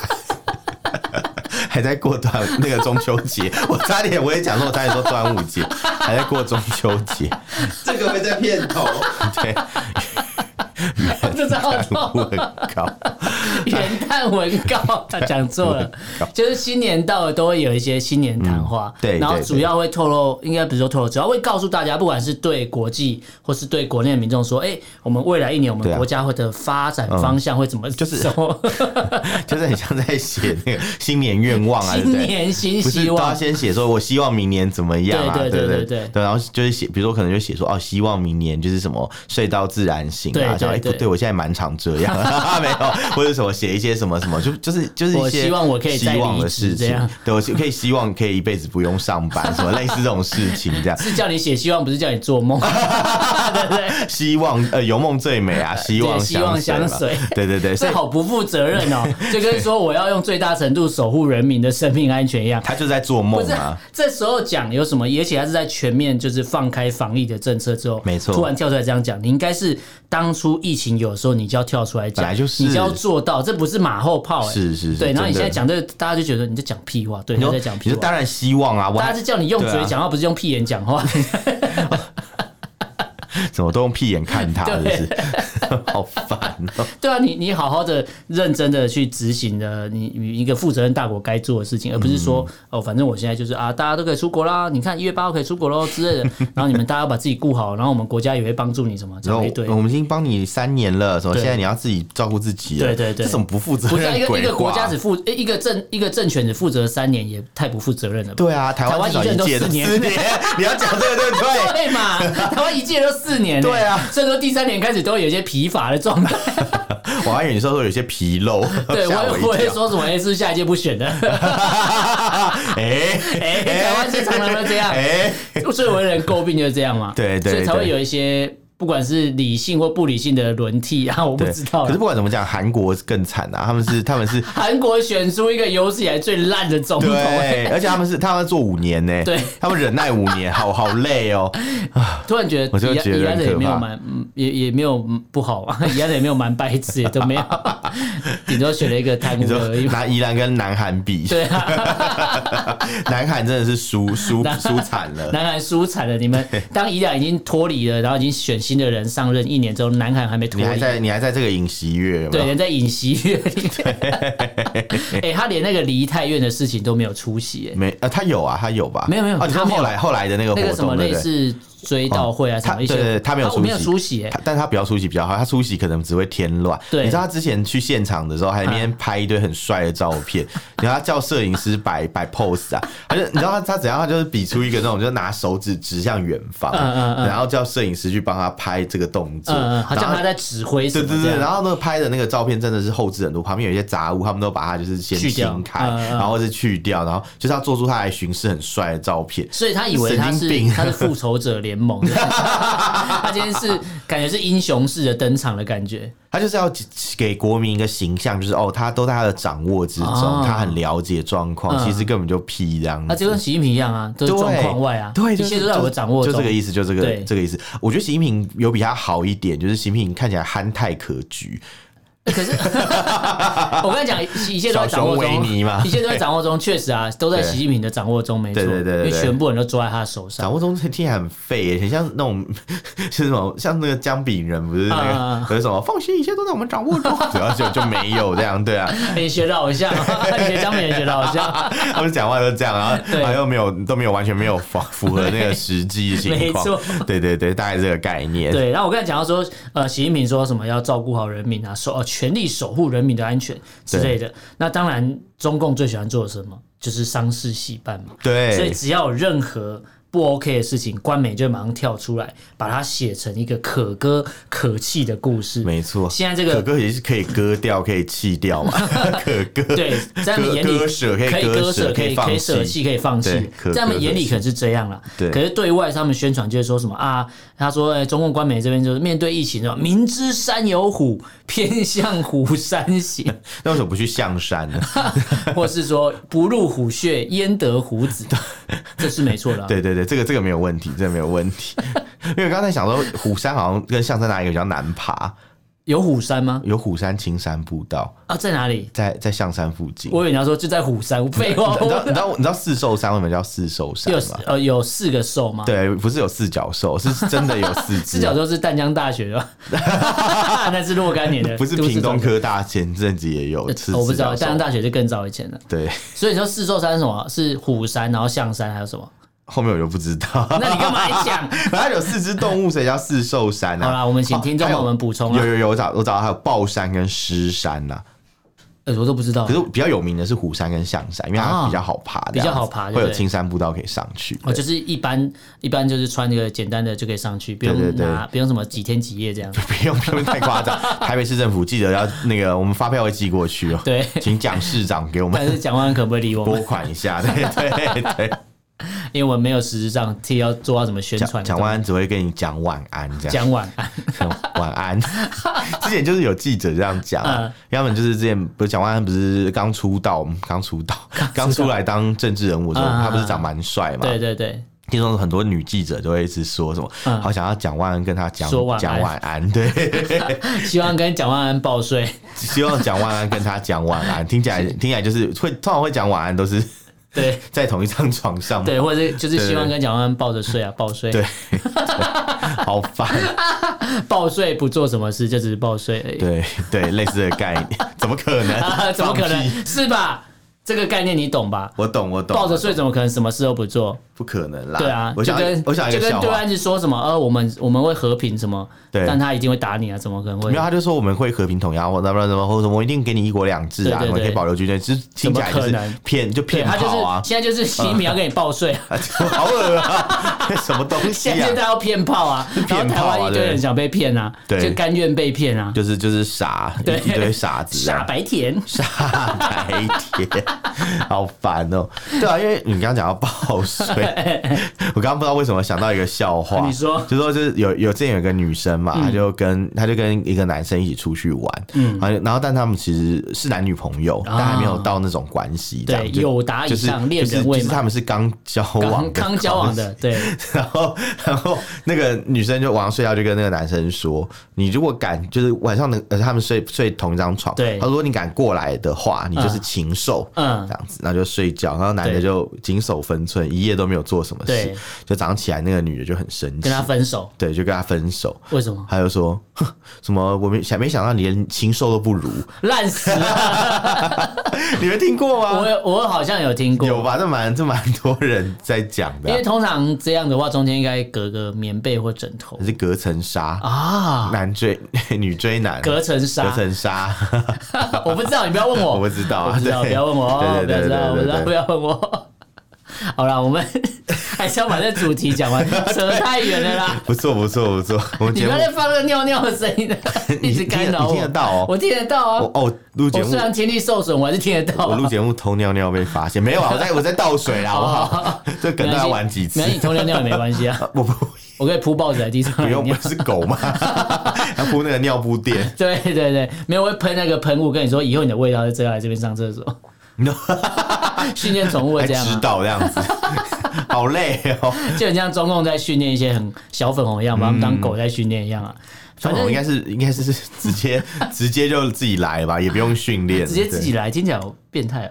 [SPEAKER 1] [laughs] 还在过端那个中秋节， [laughs] 我差点我也讲说，我差点说端午节，还在过中秋节， [laughs] 这个会在片 [laughs] 头。对，
[SPEAKER 2] 我就找到
[SPEAKER 1] 文稿，
[SPEAKER 2] [laughs] 元旦文告，他讲错了，就是新年到了都会有一些新年谈话，
[SPEAKER 1] 嗯对
[SPEAKER 2] 然后
[SPEAKER 1] 对
[SPEAKER 2] 主要会透露，应该不是说透露，主要会告诉大家，不管是对国际或是对国内的民众说，哎，我们未来一年我
[SPEAKER 1] 对
[SPEAKER 2] 们
[SPEAKER 1] 啊
[SPEAKER 2] 国家会的发展方向会怎么，
[SPEAKER 1] 就是 [laughs]
[SPEAKER 2] [laughs]
[SPEAKER 1] 啊
[SPEAKER 2] 什么
[SPEAKER 1] 就是很像在写那个新年愿望啊，对不
[SPEAKER 2] 新
[SPEAKER 1] 对？
[SPEAKER 2] 年新
[SPEAKER 1] 不是
[SPEAKER 2] 希
[SPEAKER 1] 都要
[SPEAKER 2] 望，
[SPEAKER 1] 先写说，我希望明年怎么样啊？对
[SPEAKER 2] 对对对
[SPEAKER 1] 不
[SPEAKER 2] 对对
[SPEAKER 1] 对，然后就是写，比如说可能就写说，哦，希望明年就是什么睡到自然醒
[SPEAKER 2] 对
[SPEAKER 1] 啊
[SPEAKER 2] 对，
[SPEAKER 1] 想哎
[SPEAKER 2] 对
[SPEAKER 1] 不对，我现在蛮常这样， [laughs] 没有，或者什么写一些什么什么，就就是就是
[SPEAKER 2] 我
[SPEAKER 1] 一些
[SPEAKER 2] 希望我可以
[SPEAKER 1] 希
[SPEAKER 2] 再
[SPEAKER 1] 望
[SPEAKER 2] 离
[SPEAKER 1] 的
[SPEAKER 2] 职
[SPEAKER 1] 事
[SPEAKER 2] 这
[SPEAKER 1] 情
[SPEAKER 2] 样，
[SPEAKER 1] 对我可以希望可以一辈子不用上班，什么类似这种事情这样。
[SPEAKER 2] [laughs] 是叫你写希望，不是叫你做
[SPEAKER 1] [laughs]
[SPEAKER 2] 梦，对不对？
[SPEAKER 1] 希望呃，有梦最美
[SPEAKER 2] [laughs]
[SPEAKER 1] 啊！希望
[SPEAKER 2] 对希望
[SPEAKER 1] 水嘛
[SPEAKER 2] 香水
[SPEAKER 1] 对对对，所
[SPEAKER 2] 这
[SPEAKER 1] 以
[SPEAKER 2] [laughs] 好不负责任
[SPEAKER 1] [laughs]
[SPEAKER 2] 哦，就跟说我要用最大程度守护人民的生命安全一样。
[SPEAKER 1] 他就在做梦
[SPEAKER 2] 不是
[SPEAKER 1] 啊。
[SPEAKER 2] 这时候讲有什么？也许他是在全面就是放开防疫的政策之后，
[SPEAKER 1] 没错
[SPEAKER 2] 突然跳出来这样讲，你应该是当初疫情有的时候你就要跳出来讲，
[SPEAKER 1] 本来就是
[SPEAKER 2] 你就要做到，这不是马后炮、欸，
[SPEAKER 1] 是是是
[SPEAKER 2] 对。然后你
[SPEAKER 1] 真
[SPEAKER 2] 现
[SPEAKER 1] 的
[SPEAKER 2] 在讲这个，大家就觉得你在讲屁话，对，
[SPEAKER 1] 你
[SPEAKER 2] 他
[SPEAKER 1] 说
[SPEAKER 2] 在讲
[SPEAKER 1] 你
[SPEAKER 2] 屁
[SPEAKER 1] 说
[SPEAKER 2] 话，
[SPEAKER 1] 当然希望啊，我
[SPEAKER 2] 大家
[SPEAKER 1] 还
[SPEAKER 2] 是叫你用嘴
[SPEAKER 1] 对啊
[SPEAKER 2] 讲话，不是用屁眼讲话。 [laughs]
[SPEAKER 1] 怎么都用屁眼看他，是不是？ [laughs] 好烦哦、
[SPEAKER 2] 对啊，你你好好的、认真的去执行的，你你一个负责任大国该做的事情，而不是说、
[SPEAKER 1] 嗯
[SPEAKER 2] 哦，反正我现在就是啊，大家都可以出国啦，你看一月八号可以出国喽
[SPEAKER 1] [laughs]
[SPEAKER 2] 之类的，然后你们大家把自己顾好，然后我们国家也会帮助你什么，
[SPEAKER 1] 然
[SPEAKER 2] 讲
[SPEAKER 1] 后
[SPEAKER 2] 了一堆。
[SPEAKER 1] 我们已经帮你三年了，什么
[SPEAKER 2] 对
[SPEAKER 1] 现在你要自己照顾自己了，
[SPEAKER 2] 对对对
[SPEAKER 1] 这种不负责
[SPEAKER 2] 不是啊
[SPEAKER 1] 任
[SPEAKER 2] 一个一
[SPEAKER 1] [laughs] 鬼
[SPEAKER 2] 个国
[SPEAKER 1] 话
[SPEAKER 2] 家只负一个政一个政权只负责三年，也太不负责任了吧？
[SPEAKER 1] 对啊，台
[SPEAKER 2] 台
[SPEAKER 1] 湾
[SPEAKER 2] 湾
[SPEAKER 1] 至少
[SPEAKER 2] 一任都
[SPEAKER 1] 届
[SPEAKER 2] 四
[SPEAKER 1] 四
[SPEAKER 2] 年 [laughs]
[SPEAKER 1] 你要讲这个对不对？
[SPEAKER 2] 对
[SPEAKER 1] [laughs]
[SPEAKER 2] 嘛，台湾一届都四年、欸，
[SPEAKER 1] 对啊，
[SPEAKER 2] 所以说第三年开始都有一些疲乏的
[SPEAKER 1] [laughs]
[SPEAKER 2] 状态。
[SPEAKER 1] 我还以为你说说有些纰漏，
[SPEAKER 2] 对，
[SPEAKER 1] 吓
[SPEAKER 2] 我也
[SPEAKER 1] 我
[SPEAKER 2] 我
[SPEAKER 1] 一
[SPEAKER 2] 也
[SPEAKER 1] [laughs] 跳。
[SPEAKER 2] 说什么？哎、是不是下一届
[SPEAKER 1] [laughs]
[SPEAKER 2] 不选的？
[SPEAKER 1] 哎
[SPEAKER 2] 哎台湾是常常都这样
[SPEAKER 1] 哎，
[SPEAKER 2] [laughs] 最为人诟病就是这样嘛，
[SPEAKER 1] [laughs] 对对
[SPEAKER 2] 所以才会
[SPEAKER 1] 对
[SPEAKER 2] 有一些不管是理性或不理性的轮替啊，我不
[SPEAKER 1] 对
[SPEAKER 2] 知道
[SPEAKER 1] 可是
[SPEAKER 2] 啦。
[SPEAKER 1] 不管怎么讲，韩国更惨啊！他们
[SPEAKER 2] [laughs]
[SPEAKER 1] 是他们是
[SPEAKER 2] 韩国选出一个有史以来最烂的总统、啊
[SPEAKER 1] 对，而且他们是他们做五年呢，
[SPEAKER 2] 欸对，
[SPEAKER 1] 他们忍耐五年，好好累哦。
[SPEAKER 2] 突然觉
[SPEAKER 1] 我
[SPEAKER 2] 得
[SPEAKER 1] 就
[SPEAKER 2] 宜
[SPEAKER 1] 觉得
[SPEAKER 2] 安宜安人也
[SPEAKER 1] 很
[SPEAKER 2] 没有
[SPEAKER 1] 可怕
[SPEAKER 2] 蛮嗯也也没有不好啊，宜安人也没有蛮白痴，也都没有， [laughs] 顶多选了一个贪污
[SPEAKER 1] 你说
[SPEAKER 2] 的而已嘛。
[SPEAKER 1] 拿宜兰跟南韩比，
[SPEAKER 2] 对啊，
[SPEAKER 1] [laughs] 南韩真的是输
[SPEAKER 2] [laughs]
[SPEAKER 1] 输输惨了。
[SPEAKER 2] 南韩输惨了。你们当宜兰已经脱离了，然后已经选新的人上任一年之后，南韩还没脱
[SPEAKER 1] 你还
[SPEAKER 2] 离，
[SPEAKER 1] 在你还在这个尹锡悦有没
[SPEAKER 2] 对，
[SPEAKER 1] 有？
[SPEAKER 2] 连在尹锡悦里
[SPEAKER 1] [laughs]
[SPEAKER 2] 面，哎，他连那个梨泰院的事情都没有出席、哎
[SPEAKER 1] 没呃，他有啊，他有吧？
[SPEAKER 2] 没有没有
[SPEAKER 1] 哦，你说
[SPEAKER 2] 他没有
[SPEAKER 1] 后来后来的那个活
[SPEAKER 2] 那个什么
[SPEAKER 1] 动，对
[SPEAKER 2] 类
[SPEAKER 1] 不对？
[SPEAKER 2] 似追悼会啊，
[SPEAKER 1] 哦
[SPEAKER 2] 什么一
[SPEAKER 1] 他对
[SPEAKER 2] 些，
[SPEAKER 1] 对他没有
[SPEAKER 2] 我没有
[SPEAKER 1] 出
[SPEAKER 2] 出席欸，
[SPEAKER 1] 他但他不要出席比较好，他出席可能只会添乱。
[SPEAKER 2] 对
[SPEAKER 1] 你
[SPEAKER 2] 嗯
[SPEAKER 1] 知道他之前去现场的时候，还在那边拍一堆很帅的照片，然后他叫摄影师摆摆 pose 啊，他就你知道他他怎样，他就是比出一个那种，就是拿手指指向远方，
[SPEAKER 2] 嗯嗯嗯
[SPEAKER 1] 然后叫摄影师去帮他拍这个动作，
[SPEAKER 2] 嗯嗯，好像
[SPEAKER 1] 然后
[SPEAKER 2] 他在指挥什
[SPEAKER 1] 对
[SPEAKER 2] 么
[SPEAKER 1] 对
[SPEAKER 2] 这
[SPEAKER 1] 对，
[SPEAKER 2] 样
[SPEAKER 1] 然后呢，拍的那个照片真的是后置很多，旁边有一些杂物，他们都把它就是先
[SPEAKER 2] 去掉
[SPEAKER 1] 清开，
[SPEAKER 2] 嗯嗯
[SPEAKER 1] 然后是去掉，然后就是要做出他来巡视很帅的照片。
[SPEAKER 2] 所以他以为他
[SPEAKER 1] 神
[SPEAKER 2] 是
[SPEAKER 1] 经病
[SPEAKER 2] 他是复仇者联
[SPEAKER 1] [laughs]
[SPEAKER 2] 盟，他今天是感觉是英雄式的登场的感觉，
[SPEAKER 1] 他就是要给给国民一个形象，就是哦，他都在他的掌握之中，
[SPEAKER 2] 啊
[SPEAKER 1] 他很了解状况，
[SPEAKER 2] 嗯
[SPEAKER 1] 其实根本就屁这样
[SPEAKER 2] 他
[SPEAKER 1] 子。
[SPEAKER 2] 就跟习近平一样啊，都是状况外啊，
[SPEAKER 1] 嗯对，就
[SPEAKER 2] 一
[SPEAKER 1] 是
[SPEAKER 2] 切都在我的掌握
[SPEAKER 1] 就，
[SPEAKER 2] 中，
[SPEAKER 1] 就这个意思，就这个
[SPEAKER 2] 对
[SPEAKER 1] 这个意思。我觉得习近平有比他好一点，就是习近平看起来憨态可掬，
[SPEAKER 2] 可是 [laughs] 我跟你讲，一切都在掌握
[SPEAKER 1] 小熊维尼嘛
[SPEAKER 2] 中，一切都在掌握中，确实啊，都在习近平的掌握中，没错，
[SPEAKER 1] 对对对对
[SPEAKER 2] 因为
[SPEAKER 1] 对
[SPEAKER 2] 全部人都抓在他的手
[SPEAKER 1] 掌
[SPEAKER 2] 上，
[SPEAKER 1] 握中听起来很废耶，很像那种 [laughs] 是什么，像那个姜饼人不是那个、
[SPEAKER 2] 啊
[SPEAKER 1] [laughs] 有什么放心，一切都在我们掌握中，主要就就没有这样，对啊，
[SPEAKER 2] [laughs] 你学的好像，你学江美也学的好像。
[SPEAKER 1] [laughs] 他们讲话都这样，然后
[SPEAKER 2] 对
[SPEAKER 1] 然后又没有都没有完全没有符符合那个实际情况
[SPEAKER 2] 没错，
[SPEAKER 1] 对对对，大概这个概念。
[SPEAKER 2] 对，然后我刚才讲到说，呃，习近平说什么要照顾好人民啊，守呃全力守护人民的安全之类的。那当然，中共最喜欢做的是什么，就是丧事喜办嘛。所以
[SPEAKER 1] 对
[SPEAKER 2] 只要有任何不 OK 的事情，官媒就会马上跳出来，把它写成一个可歌可泣的故事。
[SPEAKER 1] 没错。
[SPEAKER 2] 现在这
[SPEAKER 1] 可
[SPEAKER 2] 个
[SPEAKER 1] 歌也是可以割掉，可以弃掉嘛？ [laughs] 可 [laughs] 歌
[SPEAKER 2] 对，在他们眼里
[SPEAKER 1] 割割舍可以
[SPEAKER 2] 可以
[SPEAKER 1] 割
[SPEAKER 2] 割
[SPEAKER 1] 舍
[SPEAKER 2] 舍，可
[SPEAKER 1] 可以
[SPEAKER 2] 以
[SPEAKER 1] 放
[SPEAKER 2] 可以舍
[SPEAKER 1] 弃
[SPEAKER 2] 弃，可以放弃
[SPEAKER 1] 对可。
[SPEAKER 2] 在他
[SPEAKER 1] 可
[SPEAKER 2] 们眼
[SPEAKER 1] 舍
[SPEAKER 2] 里
[SPEAKER 1] 弃
[SPEAKER 2] 可能是这样啦，
[SPEAKER 1] 对
[SPEAKER 2] 可是对外他们宣传就是说什么啊？他说，哎，中共官媒这边就是面对疫情，的明知山有虎，偏向虎山行，
[SPEAKER 1] 那为什么不去象山呢？
[SPEAKER 2] 或是说不入虎穴，焉得虎子？这是没错的啊。
[SPEAKER 1] 对对对，这个这个没有问题，这个没有问题。 [laughs] 因为刚才想说，虎山好像跟象山哪一个比较难爬？
[SPEAKER 2] 有虎山吗？
[SPEAKER 1] 有虎山青山步道，
[SPEAKER 2] 啊，在哪里？
[SPEAKER 1] 在在象山附近。
[SPEAKER 2] 我以为你要说就在虎山，废话
[SPEAKER 1] [laughs] 你知，道你知道你知道四兽山为什么叫四兽山
[SPEAKER 2] 有
[SPEAKER 1] 吗？
[SPEAKER 2] 呃有四个兽吗？，
[SPEAKER 1] 对，不是有四脚兽，是真的有四只。
[SPEAKER 2] [laughs] 四角洲是淡江大学的
[SPEAKER 1] [laughs]
[SPEAKER 2] 吧，那是若干年的，
[SPEAKER 1] 不是
[SPEAKER 2] 都市
[SPEAKER 1] 屏东
[SPEAKER 2] 传说呃
[SPEAKER 1] 科大前阵子也有吃，
[SPEAKER 2] 我不知道，
[SPEAKER 1] 四脚
[SPEAKER 2] 淡
[SPEAKER 1] 兽
[SPEAKER 2] 江大学是更早以前的。
[SPEAKER 1] 对，
[SPEAKER 2] 所以你说四座山是什么？是虎山，然后象山，还有什么？ [laughs]
[SPEAKER 1] 后面我就不知道。
[SPEAKER 2] 那你干嘛还
[SPEAKER 1] [laughs]
[SPEAKER 2] 讲？
[SPEAKER 1] 反正有四只动物，所以叫四兽山啊。
[SPEAKER 2] 好啦，我们请听众
[SPEAKER 1] 还有
[SPEAKER 2] 帮我们补充
[SPEAKER 1] 有
[SPEAKER 2] 啊。
[SPEAKER 1] 有有，我找我找到还有豹山跟狮山呐、
[SPEAKER 2] 呃，我都不知道
[SPEAKER 1] 可。是比较有名的是虎山跟象山，因为它
[SPEAKER 2] 啊
[SPEAKER 1] 比较好爬这样子，
[SPEAKER 2] 比较好爬对不
[SPEAKER 1] 会
[SPEAKER 2] 对
[SPEAKER 1] 有青山步道可以上去。
[SPEAKER 2] 哦，就是一般一般就是穿那个简单的就可以上去，不用拿
[SPEAKER 1] 对对对
[SPEAKER 2] 不用什么几天几夜这样。
[SPEAKER 1] 不用不用太夸
[SPEAKER 2] [laughs]
[SPEAKER 1] 张，台北市政府记得要那个，我们发票会寄过去哦。
[SPEAKER 2] 对
[SPEAKER 1] 请蒋市长给我
[SPEAKER 2] 但
[SPEAKER 1] 们
[SPEAKER 2] 是蒋万安可不可以理我
[SPEAKER 1] 拨
[SPEAKER 2] 们？
[SPEAKER 1] 款一
[SPEAKER 2] [laughs]
[SPEAKER 1] 下。对对对，
[SPEAKER 2] 因为我们没有实质上替要做到什么宣
[SPEAKER 1] 蒋
[SPEAKER 2] 传。
[SPEAKER 1] 蒋万安只会跟你讲晚安这样。
[SPEAKER 2] 蒋万安，
[SPEAKER 1] 晚安。
[SPEAKER 2] [laughs]
[SPEAKER 1] 之前就是有记者这样讲、啊
[SPEAKER 2] 嗯，
[SPEAKER 1] 要么就是之前不是蒋万安不是刚出道，刚出道，刚出来当政治人物的时候，
[SPEAKER 2] 嗯嗯嗯
[SPEAKER 1] 他不是长蛮帅嘛？
[SPEAKER 2] [laughs] 对对对，
[SPEAKER 1] 听说很多女记者都会一直说什么，
[SPEAKER 2] 嗯
[SPEAKER 1] 好想要蒋万安跟他讲
[SPEAKER 2] 说晚安
[SPEAKER 1] 讲晚安，
[SPEAKER 2] [laughs]
[SPEAKER 1] 对，
[SPEAKER 2] 希望跟蒋万安报税，
[SPEAKER 1] 希望蒋万安跟他讲晚安，听起来听起来就是会通常会讲晚安都是
[SPEAKER 2] 对
[SPEAKER 1] 在同一张床上嘛，
[SPEAKER 2] 对，或者是就是希望
[SPEAKER 1] 对
[SPEAKER 2] 跟蒋万安抱着睡啊，抱
[SPEAKER 1] [laughs]
[SPEAKER 2] 睡，
[SPEAKER 1] 对， [laughs] 好烦，
[SPEAKER 2] 抱睡不做什么事，就只是抱睡而已。
[SPEAKER 1] 对对，类似的概念，怎么可
[SPEAKER 2] [laughs] 啊，
[SPEAKER 1] 能？
[SPEAKER 2] 怎么可
[SPEAKER 1] 放屁？
[SPEAKER 2] 能是吧？这个概念你懂吧？
[SPEAKER 1] 我懂，我懂，
[SPEAKER 2] 抱着睡怎么可能什么事都不做？
[SPEAKER 1] 不可能啦。
[SPEAKER 2] 对啊，
[SPEAKER 1] 我
[SPEAKER 2] 就
[SPEAKER 1] 想
[SPEAKER 2] 跟
[SPEAKER 1] 我想一
[SPEAKER 2] 就
[SPEAKER 1] 个
[SPEAKER 2] 跟
[SPEAKER 1] 笑
[SPEAKER 2] 对
[SPEAKER 1] 话
[SPEAKER 2] 岸，是说什么呃，我们我们会和平什么，
[SPEAKER 1] 对
[SPEAKER 2] 但他一定会打你啊，怎么可能会
[SPEAKER 1] 没有，？他就说我们会和平统一啊，或怎么怎么，或者我一定给你一国两制啊，
[SPEAKER 2] 对对
[SPEAKER 1] 我们可以
[SPEAKER 2] 对
[SPEAKER 1] 保留军队，只是听起来就
[SPEAKER 2] 怎
[SPEAKER 1] 是
[SPEAKER 2] 么可能
[SPEAKER 1] 骗，就
[SPEAKER 2] 对
[SPEAKER 1] 骗
[SPEAKER 2] 他就
[SPEAKER 1] 炮啊 [laughs]
[SPEAKER 2] 是，现在就是西米要跟你报税，
[SPEAKER 1] 好恶啊， [laughs] 什么东西
[SPEAKER 2] 现在
[SPEAKER 1] 啊
[SPEAKER 2] 就？是要骗炮啊，然后
[SPEAKER 1] 骗
[SPEAKER 2] 台
[SPEAKER 1] 炮啊
[SPEAKER 2] 湾一堆
[SPEAKER 1] 对
[SPEAKER 2] 人想被骗啊，
[SPEAKER 1] 对
[SPEAKER 2] 就甘愿被骗啊，
[SPEAKER 1] 就是就是傻，一
[SPEAKER 2] 对
[SPEAKER 1] 一堆傻子这样，
[SPEAKER 2] 傻
[SPEAKER 1] [laughs]
[SPEAKER 2] 白甜，
[SPEAKER 1] 傻白甜，好烦哦、对啊，因为你刚刚讲到报税，
[SPEAKER 2] [laughs]
[SPEAKER 1] [laughs] 我刚刚不知道为什么想到一个笑话，
[SPEAKER 2] 啊你说嗯
[SPEAKER 1] 就说就是有有之前有一个女生嘛，她就跟她就跟一个男生一起出去玩，嗯，然后但他们其实是男女朋友，但还没有到那种关系，这样
[SPEAKER 2] 啊对
[SPEAKER 1] 就
[SPEAKER 2] 有达以
[SPEAKER 1] 就是
[SPEAKER 2] 上恋
[SPEAKER 1] 就是
[SPEAKER 2] 人未
[SPEAKER 1] 就是
[SPEAKER 2] 满
[SPEAKER 1] 他们是刚交往的，
[SPEAKER 2] 刚刚交往
[SPEAKER 1] [laughs]
[SPEAKER 2] 的，对，
[SPEAKER 1] 然后，然后那个女生就晚上睡觉就跟那个男生说：“你如果敢，就是晚上能，呃，他们睡睡同一张床，
[SPEAKER 2] 对
[SPEAKER 1] 他说你敢过来的话，你就是
[SPEAKER 2] 嗯
[SPEAKER 1] 禽兽，
[SPEAKER 2] 嗯
[SPEAKER 1] 这样子，然后就睡觉，然后男的
[SPEAKER 2] 对
[SPEAKER 1] 就谨守分寸，一夜都没有做什么事
[SPEAKER 2] 对，
[SPEAKER 1] 就早上起来，那个女的就很生气
[SPEAKER 2] 跟，他分嗯手，
[SPEAKER 1] 对，就跟他分手。”
[SPEAKER 2] 为什么？
[SPEAKER 1] 他就说：“ [laughs] 哼，什么？我没想没想到你连禽兽都不如， [laughs]
[SPEAKER 2] 烂死了！
[SPEAKER 1] 你们听过
[SPEAKER 2] 我
[SPEAKER 1] 吗？
[SPEAKER 2] 有我好像有听过，
[SPEAKER 1] 有吧？这蛮这蛮多人在讲的
[SPEAKER 2] 因
[SPEAKER 1] 啊、
[SPEAKER 2] 为通常这样的话，中间应该隔个棉被或枕头
[SPEAKER 1] 是隔层纱，
[SPEAKER 2] 啊，
[SPEAKER 1] 男追 [laughs] 女追男，啊
[SPEAKER 2] 隔层
[SPEAKER 1] 隔
[SPEAKER 2] 纱。
[SPEAKER 1] 层纱，
[SPEAKER 2] [laughs] 我不知道，你不要问
[SPEAKER 1] [laughs]
[SPEAKER 2] 我，
[SPEAKER 1] 我不知道
[SPEAKER 2] 哦我
[SPEAKER 1] 啊，
[SPEAKER 2] 不知道，
[SPEAKER 1] 对
[SPEAKER 2] 不要问我
[SPEAKER 1] [laughs]
[SPEAKER 2] 哦，
[SPEAKER 1] 对
[SPEAKER 2] 不要
[SPEAKER 1] 对对
[SPEAKER 2] 知道，
[SPEAKER 1] 对
[SPEAKER 2] 不
[SPEAKER 1] 对
[SPEAKER 2] 要
[SPEAKER 1] 对
[SPEAKER 2] 不要问我。 [laughs] 好啦，我们 [laughs] 还是要把这主
[SPEAKER 1] [laughs]
[SPEAKER 2] 题讲完，扯太远了啦。
[SPEAKER 1] 不错不错不
[SPEAKER 2] [laughs]
[SPEAKER 1] 错，我们
[SPEAKER 2] 你
[SPEAKER 1] 节
[SPEAKER 2] 不
[SPEAKER 1] 目
[SPEAKER 2] 要再放那个尿尿的声音了，一直干扰
[SPEAKER 1] [laughs] 你
[SPEAKER 2] 我。
[SPEAKER 1] 听得到哦
[SPEAKER 2] 我听得到啊
[SPEAKER 1] 我。哦录节
[SPEAKER 2] 我
[SPEAKER 1] 目
[SPEAKER 2] 虽，然听力受损，我还是听得到
[SPEAKER 1] 我
[SPEAKER 2] 啊。
[SPEAKER 1] 录节目偷尿尿被发现，没有啊，我在我在倒水
[SPEAKER 2] [laughs]
[SPEAKER 1] 啦，好不 [laughs] 好？这梗
[SPEAKER 2] 没
[SPEAKER 1] 大
[SPEAKER 2] 关
[SPEAKER 1] 家
[SPEAKER 2] 系
[SPEAKER 1] 玩几次
[SPEAKER 2] 哦没？关系你偷尿尿也没关系啊。
[SPEAKER 1] [laughs] 我不
[SPEAKER 2] 我可以铺报纸在地
[SPEAKER 1] [laughs]
[SPEAKER 2] 上
[SPEAKER 1] 不用，
[SPEAKER 2] 尿
[SPEAKER 1] 不。是狗吗？ [laughs] 要铺那个尿布垫，
[SPEAKER 2] [laughs] 对对对，没有我会喷那个喷雾，跟你说以后你的味道就这样来这边上厕
[SPEAKER 1] [laughs]
[SPEAKER 2] 所。训练宠物 [laughs] 会
[SPEAKER 1] 还
[SPEAKER 2] 这样
[SPEAKER 1] 知
[SPEAKER 2] 啊，
[SPEAKER 1] 道这样子， [laughs] 好累哦。
[SPEAKER 2] 就很像中共在训练一些很小粉红一样，把他们当狗在训练一样啊。
[SPEAKER 1] 反
[SPEAKER 2] 反
[SPEAKER 1] 正嗯
[SPEAKER 2] 正
[SPEAKER 1] 哦应该是应该是直接直接就自己来吧，也不用训练，
[SPEAKER 2] 直接自己
[SPEAKER 1] 对，
[SPEAKER 2] 来，听起来好变态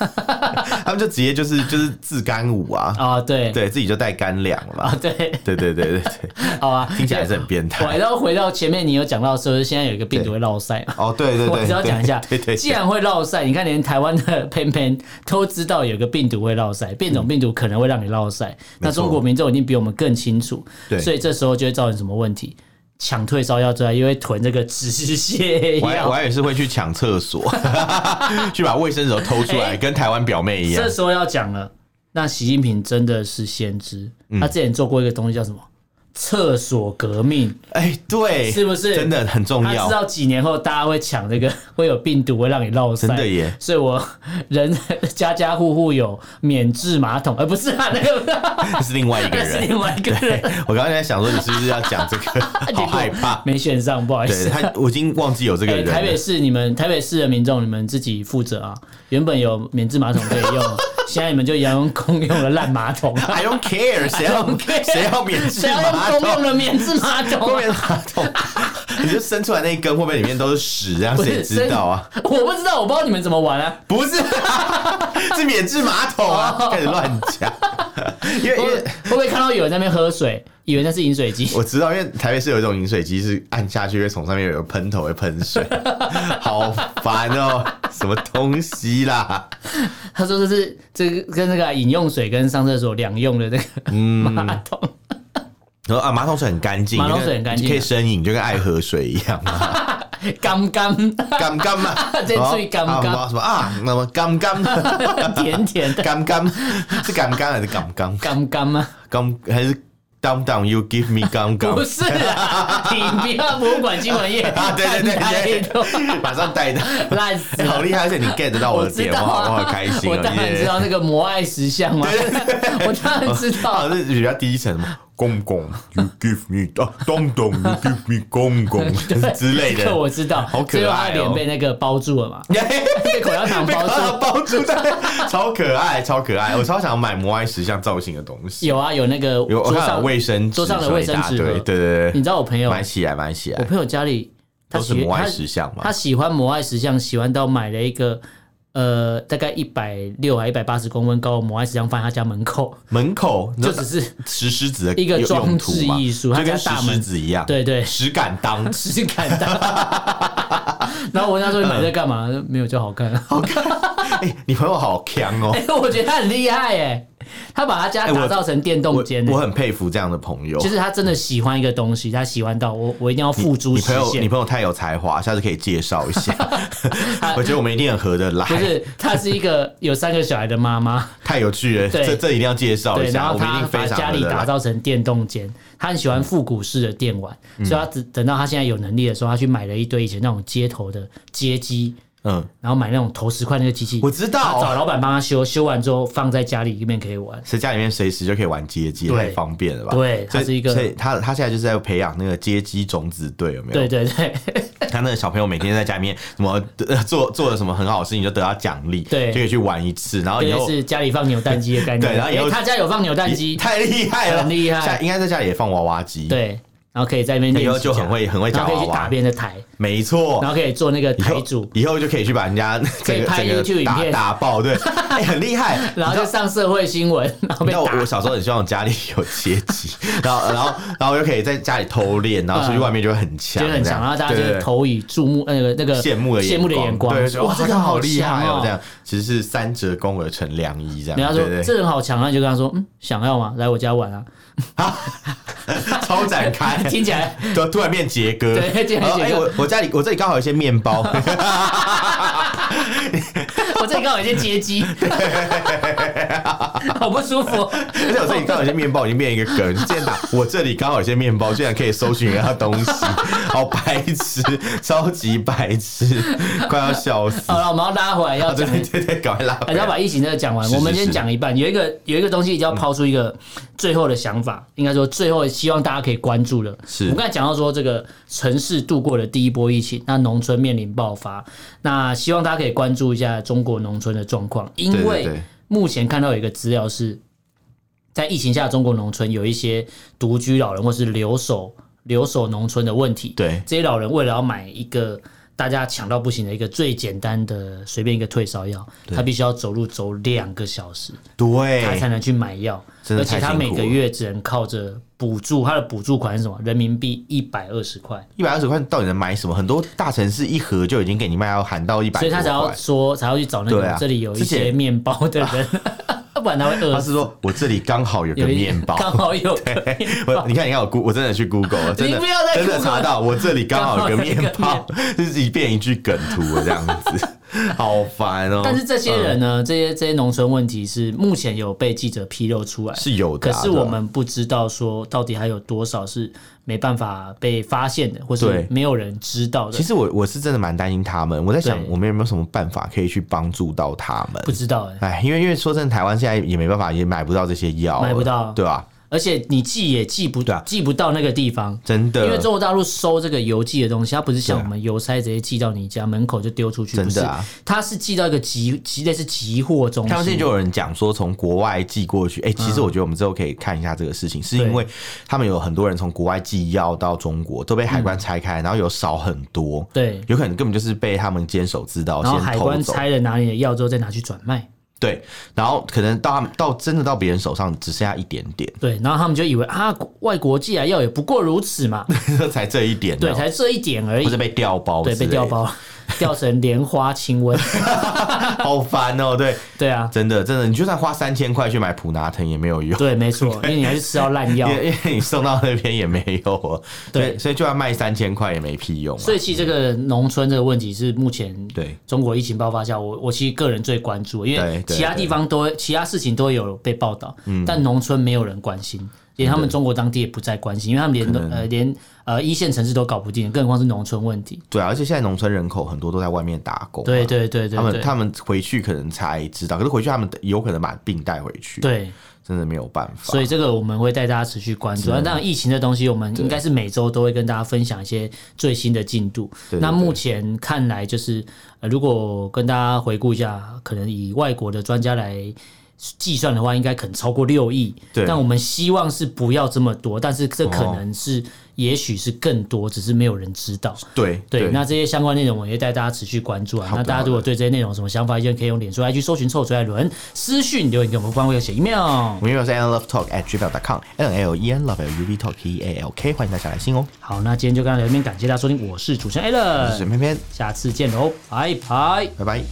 [SPEAKER 2] 哦。
[SPEAKER 1] 他们就直接就是就是自干舞啊，
[SPEAKER 2] 啊，对
[SPEAKER 1] 对自己就带干粮了嘛
[SPEAKER 2] 啊，，对，
[SPEAKER 1] 对对对对对。
[SPEAKER 2] 好啊，
[SPEAKER 1] 听起来还是很变
[SPEAKER 2] 我
[SPEAKER 1] 态。
[SPEAKER 2] 然后回到前面，你有讲到说现在有一个病毒会落腮嘛。
[SPEAKER 1] 哦，对对对，
[SPEAKER 2] 我只要讲一下，
[SPEAKER 1] 对对
[SPEAKER 2] 既
[SPEAKER 1] 对，
[SPEAKER 2] 然会落腮，你看连台湾的 [laughs] 偏偏都知道有个病毒会落腮，变
[SPEAKER 1] 嗯
[SPEAKER 2] 种病毒可能会让你落腮。那中国民众已经比我们更清楚，
[SPEAKER 1] 对
[SPEAKER 2] 所以这时候就会造成什么问题？抢退烧药之外，又会囤这个止泻
[SPEAKER 1] 我还我
[SPEAKER 2] 药。
[SPEAKER 1] 还以为是会去抢厕所， [laughs] 去把卫生纸偷出来，
[SPEAKER 2] 哎
[SPEAKER 1] 跟台湾表妹一样
[SPEAKER 2] 这。时候要讲了，那习近平真的是先知，
[SPEAKER 1] 嗯
[SPEAKER 2] 他之前做过一个东西叫什么？厕所革命
[SPEAKER 1] 哎，对，
[SPEAKER 2] 是不是
[SPEAKER 1] 真的很重
[SPEAKER 2] 他
[SPEAKER 1] 要
[SPEAKER 2] 知？道几年后大家会抢这个， [laughs] 会有病毒会让你落腮，
[SPEAKER 1] 真的耶
[SPEAKER 2] 所以我人家家户户有免治马桶，而、不是
[SPEAKER 1] [laughs]
[SPEAKER 2] 啊，那个
[SPEAKER 1] 是另外一个
[SPEAKER 2] 那 [laughs] 是
[SPEAKER 1] 人。
[SPEAKER 2] 另外一个人，
[SPEAKER 1] 我刚才在想说，你是不是要讲
[SPEAKER 2] [laughs]
[SPEAKER 1] 这个？好害怕。
[SPEAKER 2] 没选上，不好意
[SPEAKER 1] 对
[SPEAKER 2] 思。
[SPEAKER 1] 他，我已经忘记有这个
[SPEAKER 2] 哎
[SPEAKER 1] 人
[SPEAKER 2] 台北
[SPEAKER 1] 了。
[SPEAKER 2] 市你们台北市的民众，你们自己负责啊。原本有免治马桶可以
[SPEAKER 1] [laughs]
[SPEAKER 2] 用，现在你们就要用公用的烂马桶啊，
[SPEAKER 1] I don't
[SPEAKER 2] [laughs]
[SPEAKER 1] care，谁要
[SPEAKER 2] care
[SPEAKER 1] 谁要免治
[SPEAKER 2] 谁要
[SPEAKER 1] 马
[SPEAKER 2] 用公用
[SPEAKER 1] 桶？
[SPEAKER 2] 的免治马
[SPEAKER 1] [laughs]
[SPEAKER 2] 桶
[SPEAKER 1] 公
[SPEAKER 2] 啊、
[SPEAKER 1] 免马桶， [laughs] 你就伸出来那一根，会不会里面都是屎？这样谁知道啊？
[SPEAKER 2] 我不知道，我不知道你们怎么玩啊。
[SPEAKER 1] 不是，啊 [laughs] 是免治马桶啊！开始乱 [laughs] 讲，因为因
[SPEAKER 2] 会
[SPEAKER 1] 为
[SPEAKER 2] 会不会看到有人在那边喝水，以为那是饮水机？
[SPEAKER 1] 我知道，因为台北是有一种饮水机，是按下去会从上面有个喷头会喷 [laughs] 水，好烦哦、什么东西啦？
[SPEAKER 2] 他说这是这个跟那个饮用水跟上厕所两用的那个
[SPEAKER 1] 嗯
[SPEAKER 2] 马桶，
[SPEAKER 1] 然后啊，马桶水很干净，
[SPEAKER 2] 马
[SPEAKER 1] 就
[SPEAKER 2] 桶
[SPEAKER 1] 跟
[SPEAKER 2] 水很干净啊
[SPEAKER 1] 可以生饮，就跟爱喝水一样 [laughs] 嘛，
[SPEAKER 2] 干干，
[SPEAKER 1] 干干嘛
[SPEAKER 2] 这最干干
[SPEAKER 1] 哦啊什么啊？那么干干
[SPEAKER 2] [laughs] 甜甜的
[SPEAKER 1] 干干是干干还是干干
[SPEAKER 2] 干
[SPEAKER 1] [laughs]
[SPEAKER 2] 干吗？
[SPEAKER 1] 干还是 down down you give me 干干？
[SPEAKER 2] 不是
[SPEAKER 1] [laughs]
[SPEAKER 2] 啦，你不要博物馆新闻业
[SPEAKER 1] 啊，对对对
[SPEAKER 2] 看太多
[SPEAKER 1] 对，马上带到。
[SPEAKER 2] 烂死
[SPEAKER 1] 欸好
[SPEAKER 2] 了。
[SPEAKER 1] 厉害！而且你 get 得到我的
[SPEAKER 2] 知
[SPEAKER 1] 点，
[SPEAKER 2] 道
[SPEAKER 1] 好
[SPEAKER 2] 啊，
[SPEAKER 1] 我好开心
[SPEAKER 2] 我
[SPEAKER 1] 哦！
[SPEAKER 2] 当然
[SPEAKER 1] 耶
[SPEAKER 2] 知道那个摩爱石像嘛， [laughs] 我当然知
[SPEAKER 1] 啊， [laughs]
[SPEAKER 2] 道。
[SPEAKER 1] 这比较低层嘛，公公，You give me 啊，东东，You give me 公
[SPEAKER 2] [laughs]
[SPEAKER 1] 公 [laughs] 之类
[SPEAKER 2] 这个
[SPEAKER 1] 的。
[SPEAKER 2] 我知道，
[SPEAKER 1] 好可爱哦
[SPEAKER 2] 最后他的脸被那个包住
[SPEAKER 1] [laughs]
[SPEAKER 2] 了嘛，被口香糖
[SPEAKER 1] 被
[SPEAKER 2] 包
[SPEAKER 1] 它
[SPEAKER 2] 住。
[SPEAKER 1] 包住在，超可爱，超可爱！我超想买摩埃石像造型的东西，
[SPEAKER 2] 有啊，有那个
[SPEAKER 1] 有我
[SPEAKER 2] 桌
[SPEAKER 1] 看有
[SPEAKER 2] 上
[SPEAKER 1] 卫生纸，
[SPEAKER 2] 桌上的卫生纸
[SPEAKER 1] 什么
[SPEAKER 2] 盒
[SPEAKER 1] 一大堆对对
[SPEAKER 2] 你
[SPEAKER 1] 对
[SPEAKER 2] 知道我朋
[SPEAKER 1] 对，
[SPEAKER 2] 友
[SPEAKER 1] 买起来，买起
[SPEAKER 2] 我
[SPEAKER 1] 来，
[SPEAKER 2] 朋友家里他
[SPEAKER 1] 都是
[SPEAKER 2] 喜
[SPEAKER 1] 摩
[SPEAKER 2] 他
[SPEAKER 1] 埃石像嘛
[SPEAKER 2] 他。喜欢摩爱石像，喜欢到买了一个呃，大概一百六还一百八十公分高的摩艾石像放在他家门口，
[SPEAKER 1] 门口
[SPEAKER 2] 就
[SPEAKER 1] 那
[SPEAKER 2] 只是
[SPEAKER 1] 石狮子的
[SPEAKER 2] 一个
[SPEAKER 1] 用
[SPEAKER 2] 装
[SPEAKER 1] 用途
[SPEAKER 2] 置
[SPEAKER 1] 嘛
[SPEAKER 2] 艺术它
[SPEAKER 1] 就跟
[SPEAKER 2] 家
[SPEAKER 1] 石
[SPEAKER 2] 大门
[SPEAKER 1] 狮子一样，
[SPEAKER 2] 对对， [laughs]
[SPEAKER 1] 石敢当
[SPEAKER 2] 只敢当。
[SPEAKER 1] [laughs]
[SPEAKER 2] 然后我问他说：“你买这干嘛？”没有就好看。好看。
[SPEAKER 1] 哎、你朋友好强哦、
[SPEAKER 2] [laughs] 哎、我觉得他很厉害哎，他把他家
[SPEAKER 1] 哎我
[SPEAKER 2] 打造成电动
[SPEAKER 1] 我
[SPEAKER 2] 间、欸
[SPEAKER 1] 我很佩服这样的朋友。
[SPEAKER 2] 就是他真的喜欢一个东西，他喜欢到我，我一定要付诸
[SPEAKER 1] 你
[SPEAKER 2] 实
[SPEAKER 1] 朋友，你
[SPEAKER 2] 现。
[SPEAKER 1] 朋友太有才华，下次可以介绍一
[SPEAKER 2] [laughs]
[SPEAKER 1] 下。我觉得我们一定很合得来
[SPEAKER 2] 不，
[SPEAKER 1] [laughs]
[SPEAKER 2] 是，他是一个有三个小孩的妈妈，
[SPEAKER 1] 太有趣了，
[SPEAKER 2] 对
[SPEAKER 1] 这这一定要介绍
[SPEAKER 2] 对，
[SPEAKER 1] 一
[SPEAKER 2] 然
[SPEAKER 1] 下，
[SPEAKER 2] 后
[SPEAKER 1] 我们一
[SPEAKER 2] 他
[SPEAKER 1] 定
[SPEAKER 2] 把
[SPEAKER 1] 非常嗯
[SPEAKER 2] 家
[SPEAKER 1] 合
[SPEAKER 2] 里
[SPEAKER 1] 得
[SPEAKER 2] 打
[SPEAKER 1] 来。
[SPEAKER 2] 造成电动间，他很喜欢复古式的电玩，
[SPEAKER 1] 嗯
[SPEAKER 2] 所以他只等到他现在有能力的时候，他去买了一堆以前那种街头的街机，
[SPEAKER 1] 嗯，
[SPEAKER 2] 然后买那种投石块那个机器，
[SPEAKER 1] 我知
[SPEAKER 2] 他找
[SPEAKER 1] 道，
[SPEAKER 2] 老板帮他修，修完之后放在家里里面可以玩。
[SPEAKER 1] 谁家里面随时就可以玩街机，
[SPEAKER 2] 对
[SPEAKER 1] 太方便了吧？
[SPEAKER 2] 对
[SPEAKER 1] 所以
[SPEAKER 2] 它是一个
[SPEAKER 1] 所以他他现在就是在培养那个街机种子队，有没有？
[SPEAKER 2] 对对对，
[SPEAKER 1] 他那个小朋友每天在家里面什么呃做 [laughs] 做了什么很好的事情，就得到奖励，
[SPEAKER 2] 对
[SPEAKER 1] 就可以去玩一次，然后啊以
[SPEAKER 2] 这 [laughs]
[SPEAKER 1] 后
[SPEAKER 2] 个。是家里放扭蛋机的概念。哎
[SPEAKER 1] 对然后以后
[SPEAKER 2] 诶他家有放扭蛋机，
[SPEAKER 1] 太厉害了，
[SPEAKER 2] 很厉害
[SPEAKER 1] 下应该在家里也放娃娃机，，
[SPEAKER 2] 对，然后可以在那边
[SPEAKER 1] 以
[SPEAKER 2] 练
[SPEAKER 1] 后
[SPEAKER 2] 习
[SPEAKER 1] 就很
[SPEAKER 2] 夹
[SPEAKER 1] 会很会
[SPEAKER 2] 然
[SPEAKER 1] 夹
[SPEAKER 2] 后可
[SPEAKER 1] 娃
[SPEAKER 2] 以去打
[SPEAKER 1] 娃，
[SPEAKER 2] 别人的台，
[SPEAKER 1] 没错
[SPEAKER 2] 然。后可以做那个
[SPEAKER 1] 以后
[SPEAKER 2] 台主，
[SPEAKER 1] 以后就可以去把人家
[SPEAKER 2] 可
[SPEAKER 1] [laughs] 整
[SPEAKER 2] 以
[SPEAKER 1] 个
[SPEAKER 2] 拍
[SPEAKER 1] 整个
[SPEAKER 2] YouTube 影
[SPEAKER 1] 打
[SPEAKER 2] 片
[SPEAKER 1] 打爆，
[SPEAKER 2] [laughs]
[SPEAKER 1] 对，哎很厉害。
[SPEAKER 2] 然后就上社会新闻，然后
[SPEAKER 1] 你
[SPEAKER 2] 被
[SPEAKER 1] 知道我
[SPEAKER 2] 打
[SPEAKER 1] 我。小时候很希望家里有阶级， [laughs] 然后然后然后又可以在家里偷练，然后出去外面就会很强
[SPEAKER 2] 嗯觉
[SPEAKER 1] 这
[SPEAKER 2] 得
[SPEAKER 1] 样，
[SPEAKER 2] 很强，然后大家就
[SPEAKER 1] 对
[SPEAKER 2] 是
[SPEAKER 1] 对
[SPEAKER 2] 投以注目，呃那个那个
[SPEAKER 1] 羡慕的
[SPEAKER 2] 羡慕的眼光，
[SPEAKER 1] 对，就
[SPEAKER 2] 哇，
[SPEAKER 1] 哇，
[SPEAKER 2] 这
[SPEAKER 1] 这
[SPEAKER 2] 个
[SPEAKER 1] 个好
[SPEAKER 2] 好
[SPEAKER 1] 厉害
[SPEAKER 2] 强
[SPEAKER 1] 哦
[SPEAKER 2] 哦，
[SPEAKER 1] 这。样其实是三折肱而成良医这样，
[SPEAKER 2] 人家说
[SPEAKER 1] 对对
[SPEAKER 2] 这人好强啊，你就跟他说，嗯，想要吗？来我家玩啊， [laughs]
[SPEAKER 1] 超展开，
[SPEAKER 2] 听起来
[SPEAKER 1] 突突然变杰哥，
[SPEAKER 2] 对突然变杰哥
[SPEAKER 1] 然后哎我我家里我这里刚好有一些面
[SPEAKER 2] [laughs]
[SPEAKER 1] 包，
[SPEAKER 2] 我这里刚好有一些接
[SPEAKER 1] [laughs]
[SPEAKER 2] 机，好不舒服。
[SPEAKER 1] [laughs] 而且我这里刚好有些面包已经变一个梗，之前打我这里刚好有些面包，居然可以搜寻人家的东西，好白痴，超级白痴，快要笑死！
[SPEAKER 2] 好了，我们要拉回来，要
[SPEAKER 1] 啊，对
[SPEAKER 2] 讲
[SPEAKER 1] 对对对，赶快拉
[SPEAKER 2] 哦还
[SPEAKER 1] 回
[SPEAKER 2] 是要
[SPEAKER 1] 来。
[SPEAKER 2] 把疫情这个讲完。
[SPEAKER 1] 是是
[SPEAKER 2] 我们先
[SPEAKER 1] 是
[SPEAKER 2] 讲一半，有一个有一个东西一定要抛出一个最后的想法，应该说最后希望大家可以关注的。
[SPEAKER 1] 是
[SPEAKER 2] 我们刚才讲到说，这个城市度过了第一波疫情，那农村面临爆发，那希望大家可以关注一下中国农村的状况，因
[SPEAKER 1] 对对
[SPEAKER 2] 为
[SPEAKER 1] 对
[SPEAKER 2] 目前看到有一个资料是，在疫情下，中国农村有一些独居老人或是留守留守农村的问题。
[SPEAKER 1] 对
[SPEAKER 2] 这些老人为了要买一个大家抢到不行的一个最简单的随便一个退烧药，他必须要走路走两个小时，他才
[SPEAKER 1] 对，
[SPEAKER 2] 能去买药，
[SPEAKER 1] 哎真
[SPEAKER 2] 而
[SPEAKER 1] 的
[SPEAKER 2] 且
[SPEAKER 1] 太
[SPEAKER 2] 他
[SPEAKER 1] 辛
[SPEAKER 2] 每
[SPEAKER 1] 苦
[SPEAKER 2] 个
[SPEAKER 1] 了
[SPEAKER 2] 月只能靠着补助，他的补助款是什么？人民币一百二十块。
[SPEAKER 1] 一百二十块到底能买什么？很多大城市一盒就已经给你卖到喊到一百多
[SPEAKER 2] 所以他才要
[SPEAKER 1] 块。
[SPEAKER 2] 说，才要去找那
[SPEAKER 1] 对
[SPEAKER 2] 个
[SPEAKER 1] 啊
[SPEAKER 2] 这里有一
[SPEAKER 1] 之前
[SPEAKER 2] 些面包的人， [laughs] 不然他会
[SPEAKER 1] [laughs]
[SPEAKER 2] 饿
[SPEAKER 1] 他
[SPEAKER 2] 死。
[SPEAKER 1] 是说我这里刚好有个
[SPEAKER 2] 有一
[SPEAKER 1] 面包，哎
[SPEAKER 2] 刚好有个
[SPEAKER 1] 我你看，你看我 Go，我真的去 Google 了，真的
[SPEAKER 2] 不要再
[SPEAKER 1] 真的
[SPEAKER 2] Google
[SPEAKER 1] 查到，我这里刚好有个面
[SPEAKER 2] 刚好
[SPEAKER 1] 包，就是一遍一句梗图这样子，好烦哦。
[SPEAKER 2] 但是这些人呢，这些这些农村问题是目前有被记者披露出来，
[SPEAKER 1] 是有的
[SPEAKER 2] 可
[SPEAKER 1] 啊，
[SPEAKER 2] 是我们不知道说到底还有多少是没办法被发现的，或是
[SPEAKER 1] 对
[SPEAKER 2] 没有人知道的
[SPEAKER 1] 对吧。其，实我我是真的蛮担心他们，我在想
[SPEAKER 2] 对
[SPEAKER 1] 我们有没有什么办法可以去帮助到他们
[SPEAKER 2] 不。知道哎、
[SPEAKER 1] 哎，因为因为说真的，台湾现在也没办法，也买不到这些药了，
[SPEAKER 2] 买不到
[SPEAKER 1] 对吧？
[SPEAKER 2] 而且你寄也寄不、
[SPEAKER 1] 对啊
[SPEAKER 2] 寄不到那个地方。
[SPEAKER 1] 真的，
[SPEAKER 2] 因为中国大陆收这个邮寄的东西，它不是像
[SPEAKER 1] 对
[SPEAKER 2] 我
[SPEAKER 1] 啊
[SPEAKER 2] 们邮差直接寄到你家门口就丢出去，
[SPEAKER 1] 真
[SPEAKER 2] 不是
[SPEAKER 1] 的啊，
[SPEAKER 2] 它是寄到一个集集类似集货中
[SPEAKER 1] 他们现在
[SPEAKER 2] 心，
[SPEAKER 1] 就有人讲说从国外寄过去，哎、其
[SPEAKER 2] 嗯
[SPEAKER 1] 实我觉得我们之后可以看一下这个事情，是因为他们有很多人从国外寄药到中国都被海关拆开，然后有少很多，
[SPEAKER 2] 嗯对，
[SPEAKER 1] 有可能根本就是被他们监守自盗
[SPEAKER 2] 然后
[SPEAKER 1] 先
[SPEAKER 2] 海
[SPEAKER 1] 偷
[SPEAKER 2] 关
[SPEAKER 1] 走，
[SPEAKER 2] 拆了拿你的药之后再拿去转卖，
[SPEAKER 1] 对，然后可能到他们到真的到别人手上只剩下一点点， [laughs]
[SPEAKER 2] 对，然后他们就以为啊，外国寄来药也不过如此
[SPEAKER 1] [laughs]
[SPEAKER 2] 嘛，
[SPEAKER 1] 才这一点哦，
[SPEAKER 2] 对，才这一点而已
[SPEAKER 1] 或者，被调包，
[SPEAKER 2] 哎对，被调，包，调成莲花清瘟，
[SPEAKER 1] [laughs] 好烦哦、对，
[SPEAKER 2] 对啊，
[SPEAKER 1] 真的真的，你就算花三千块去买普拿疼也没有用。
[SPEAKER 2] 对，没
[SPEAKER 1] [laughs]
[SPEAKER 2] 错，因为你还是吃到烂药
[SPEAKER 1] 因，为因为你送到那边也没有哦，
[SPEAKER 2] 啊对
[SPEAKER 1] 所以所以就算卖三千块也没屁用、啊。
[SPEAKER 2] 所以其实这个农村这个问题是目前
[SPEAKER 1] 对
[SPEAKER 2] 中国疫情爆发下，我我其实个人最关注的，因为
[SPEAKER 1] 对对
[SPEAKER 2] 其他
[SPEAKER 1] 对嗯
[SPEAKER 2] 地方都会其他事情都会有被报道，但农村没有人关心。连他们中国当地也不再关心，因为他们连
[SPEAKER 1] 可能
[SPEAKER 2] 呃连呃一线城市都搞不定，更何况是农村问题。
[SPEAKER 1] 对啊，而且现在农村人口很多都在外面打工、啊
[SPEAKER 2] 对。对对对
[SPEAKER 1] 他们
[SPEAKER 2] 对，
[SPEAKER 1] 他们回去可能才知道，可是回去他们有可能把病带回去，，
[SPEAKER 2] 对，
[SPEAKER 1] 真的没有办法。
[SPEAKER 2] 所以这个我们会带大家持续关注。那当然，疫情的东西我们应该是每周都会跟大家分享一些最新的进度。
[SPEAKER 1] 对对
[SPEAKER 2] 那
[SPEAKER 1] 对
[SPEAKER 2] 目前看来，就是、呃、如果跟大家回顾一下，可能以外国的专家来计算的话，应该可能超过六亿。
[SPEAKER 1] 对
[SPEAKER 2] 但我们希望是不要这么多，但是这可
[SPEAKER 1] 哦
[SPEAKER 2] 能是，也许是更多，只是没有人知道。
[SPEAKER 1] 对
[SPEAKER 2] 对，那这些相关内容我也带大家持续关注啊。
[SPEAKER 1] 好的
[SPEAKER 2] 那大家如果对这些内容有什么想法，意见可以用脸书 IG 搜寻“臭嘴艾伦”，私讯留言给我们，官微写 email
[SPEAKER 1] 我。们 email 是 n love talk at gmail com n l e n love l u v talk e a l k，欢迎大家来信哦。
[SPEAKER 2] 好，那今天就跟大家聊到这边，感谢大家收听，我是主持人
[SPEAKER 1] 我是
[SPEAKER 2] Allen，
[SPEAKER 1] 沈偏偏，
[SPEAKER 2] 下次见喽，拜拜。
[SPEAKER 1] 拜拜。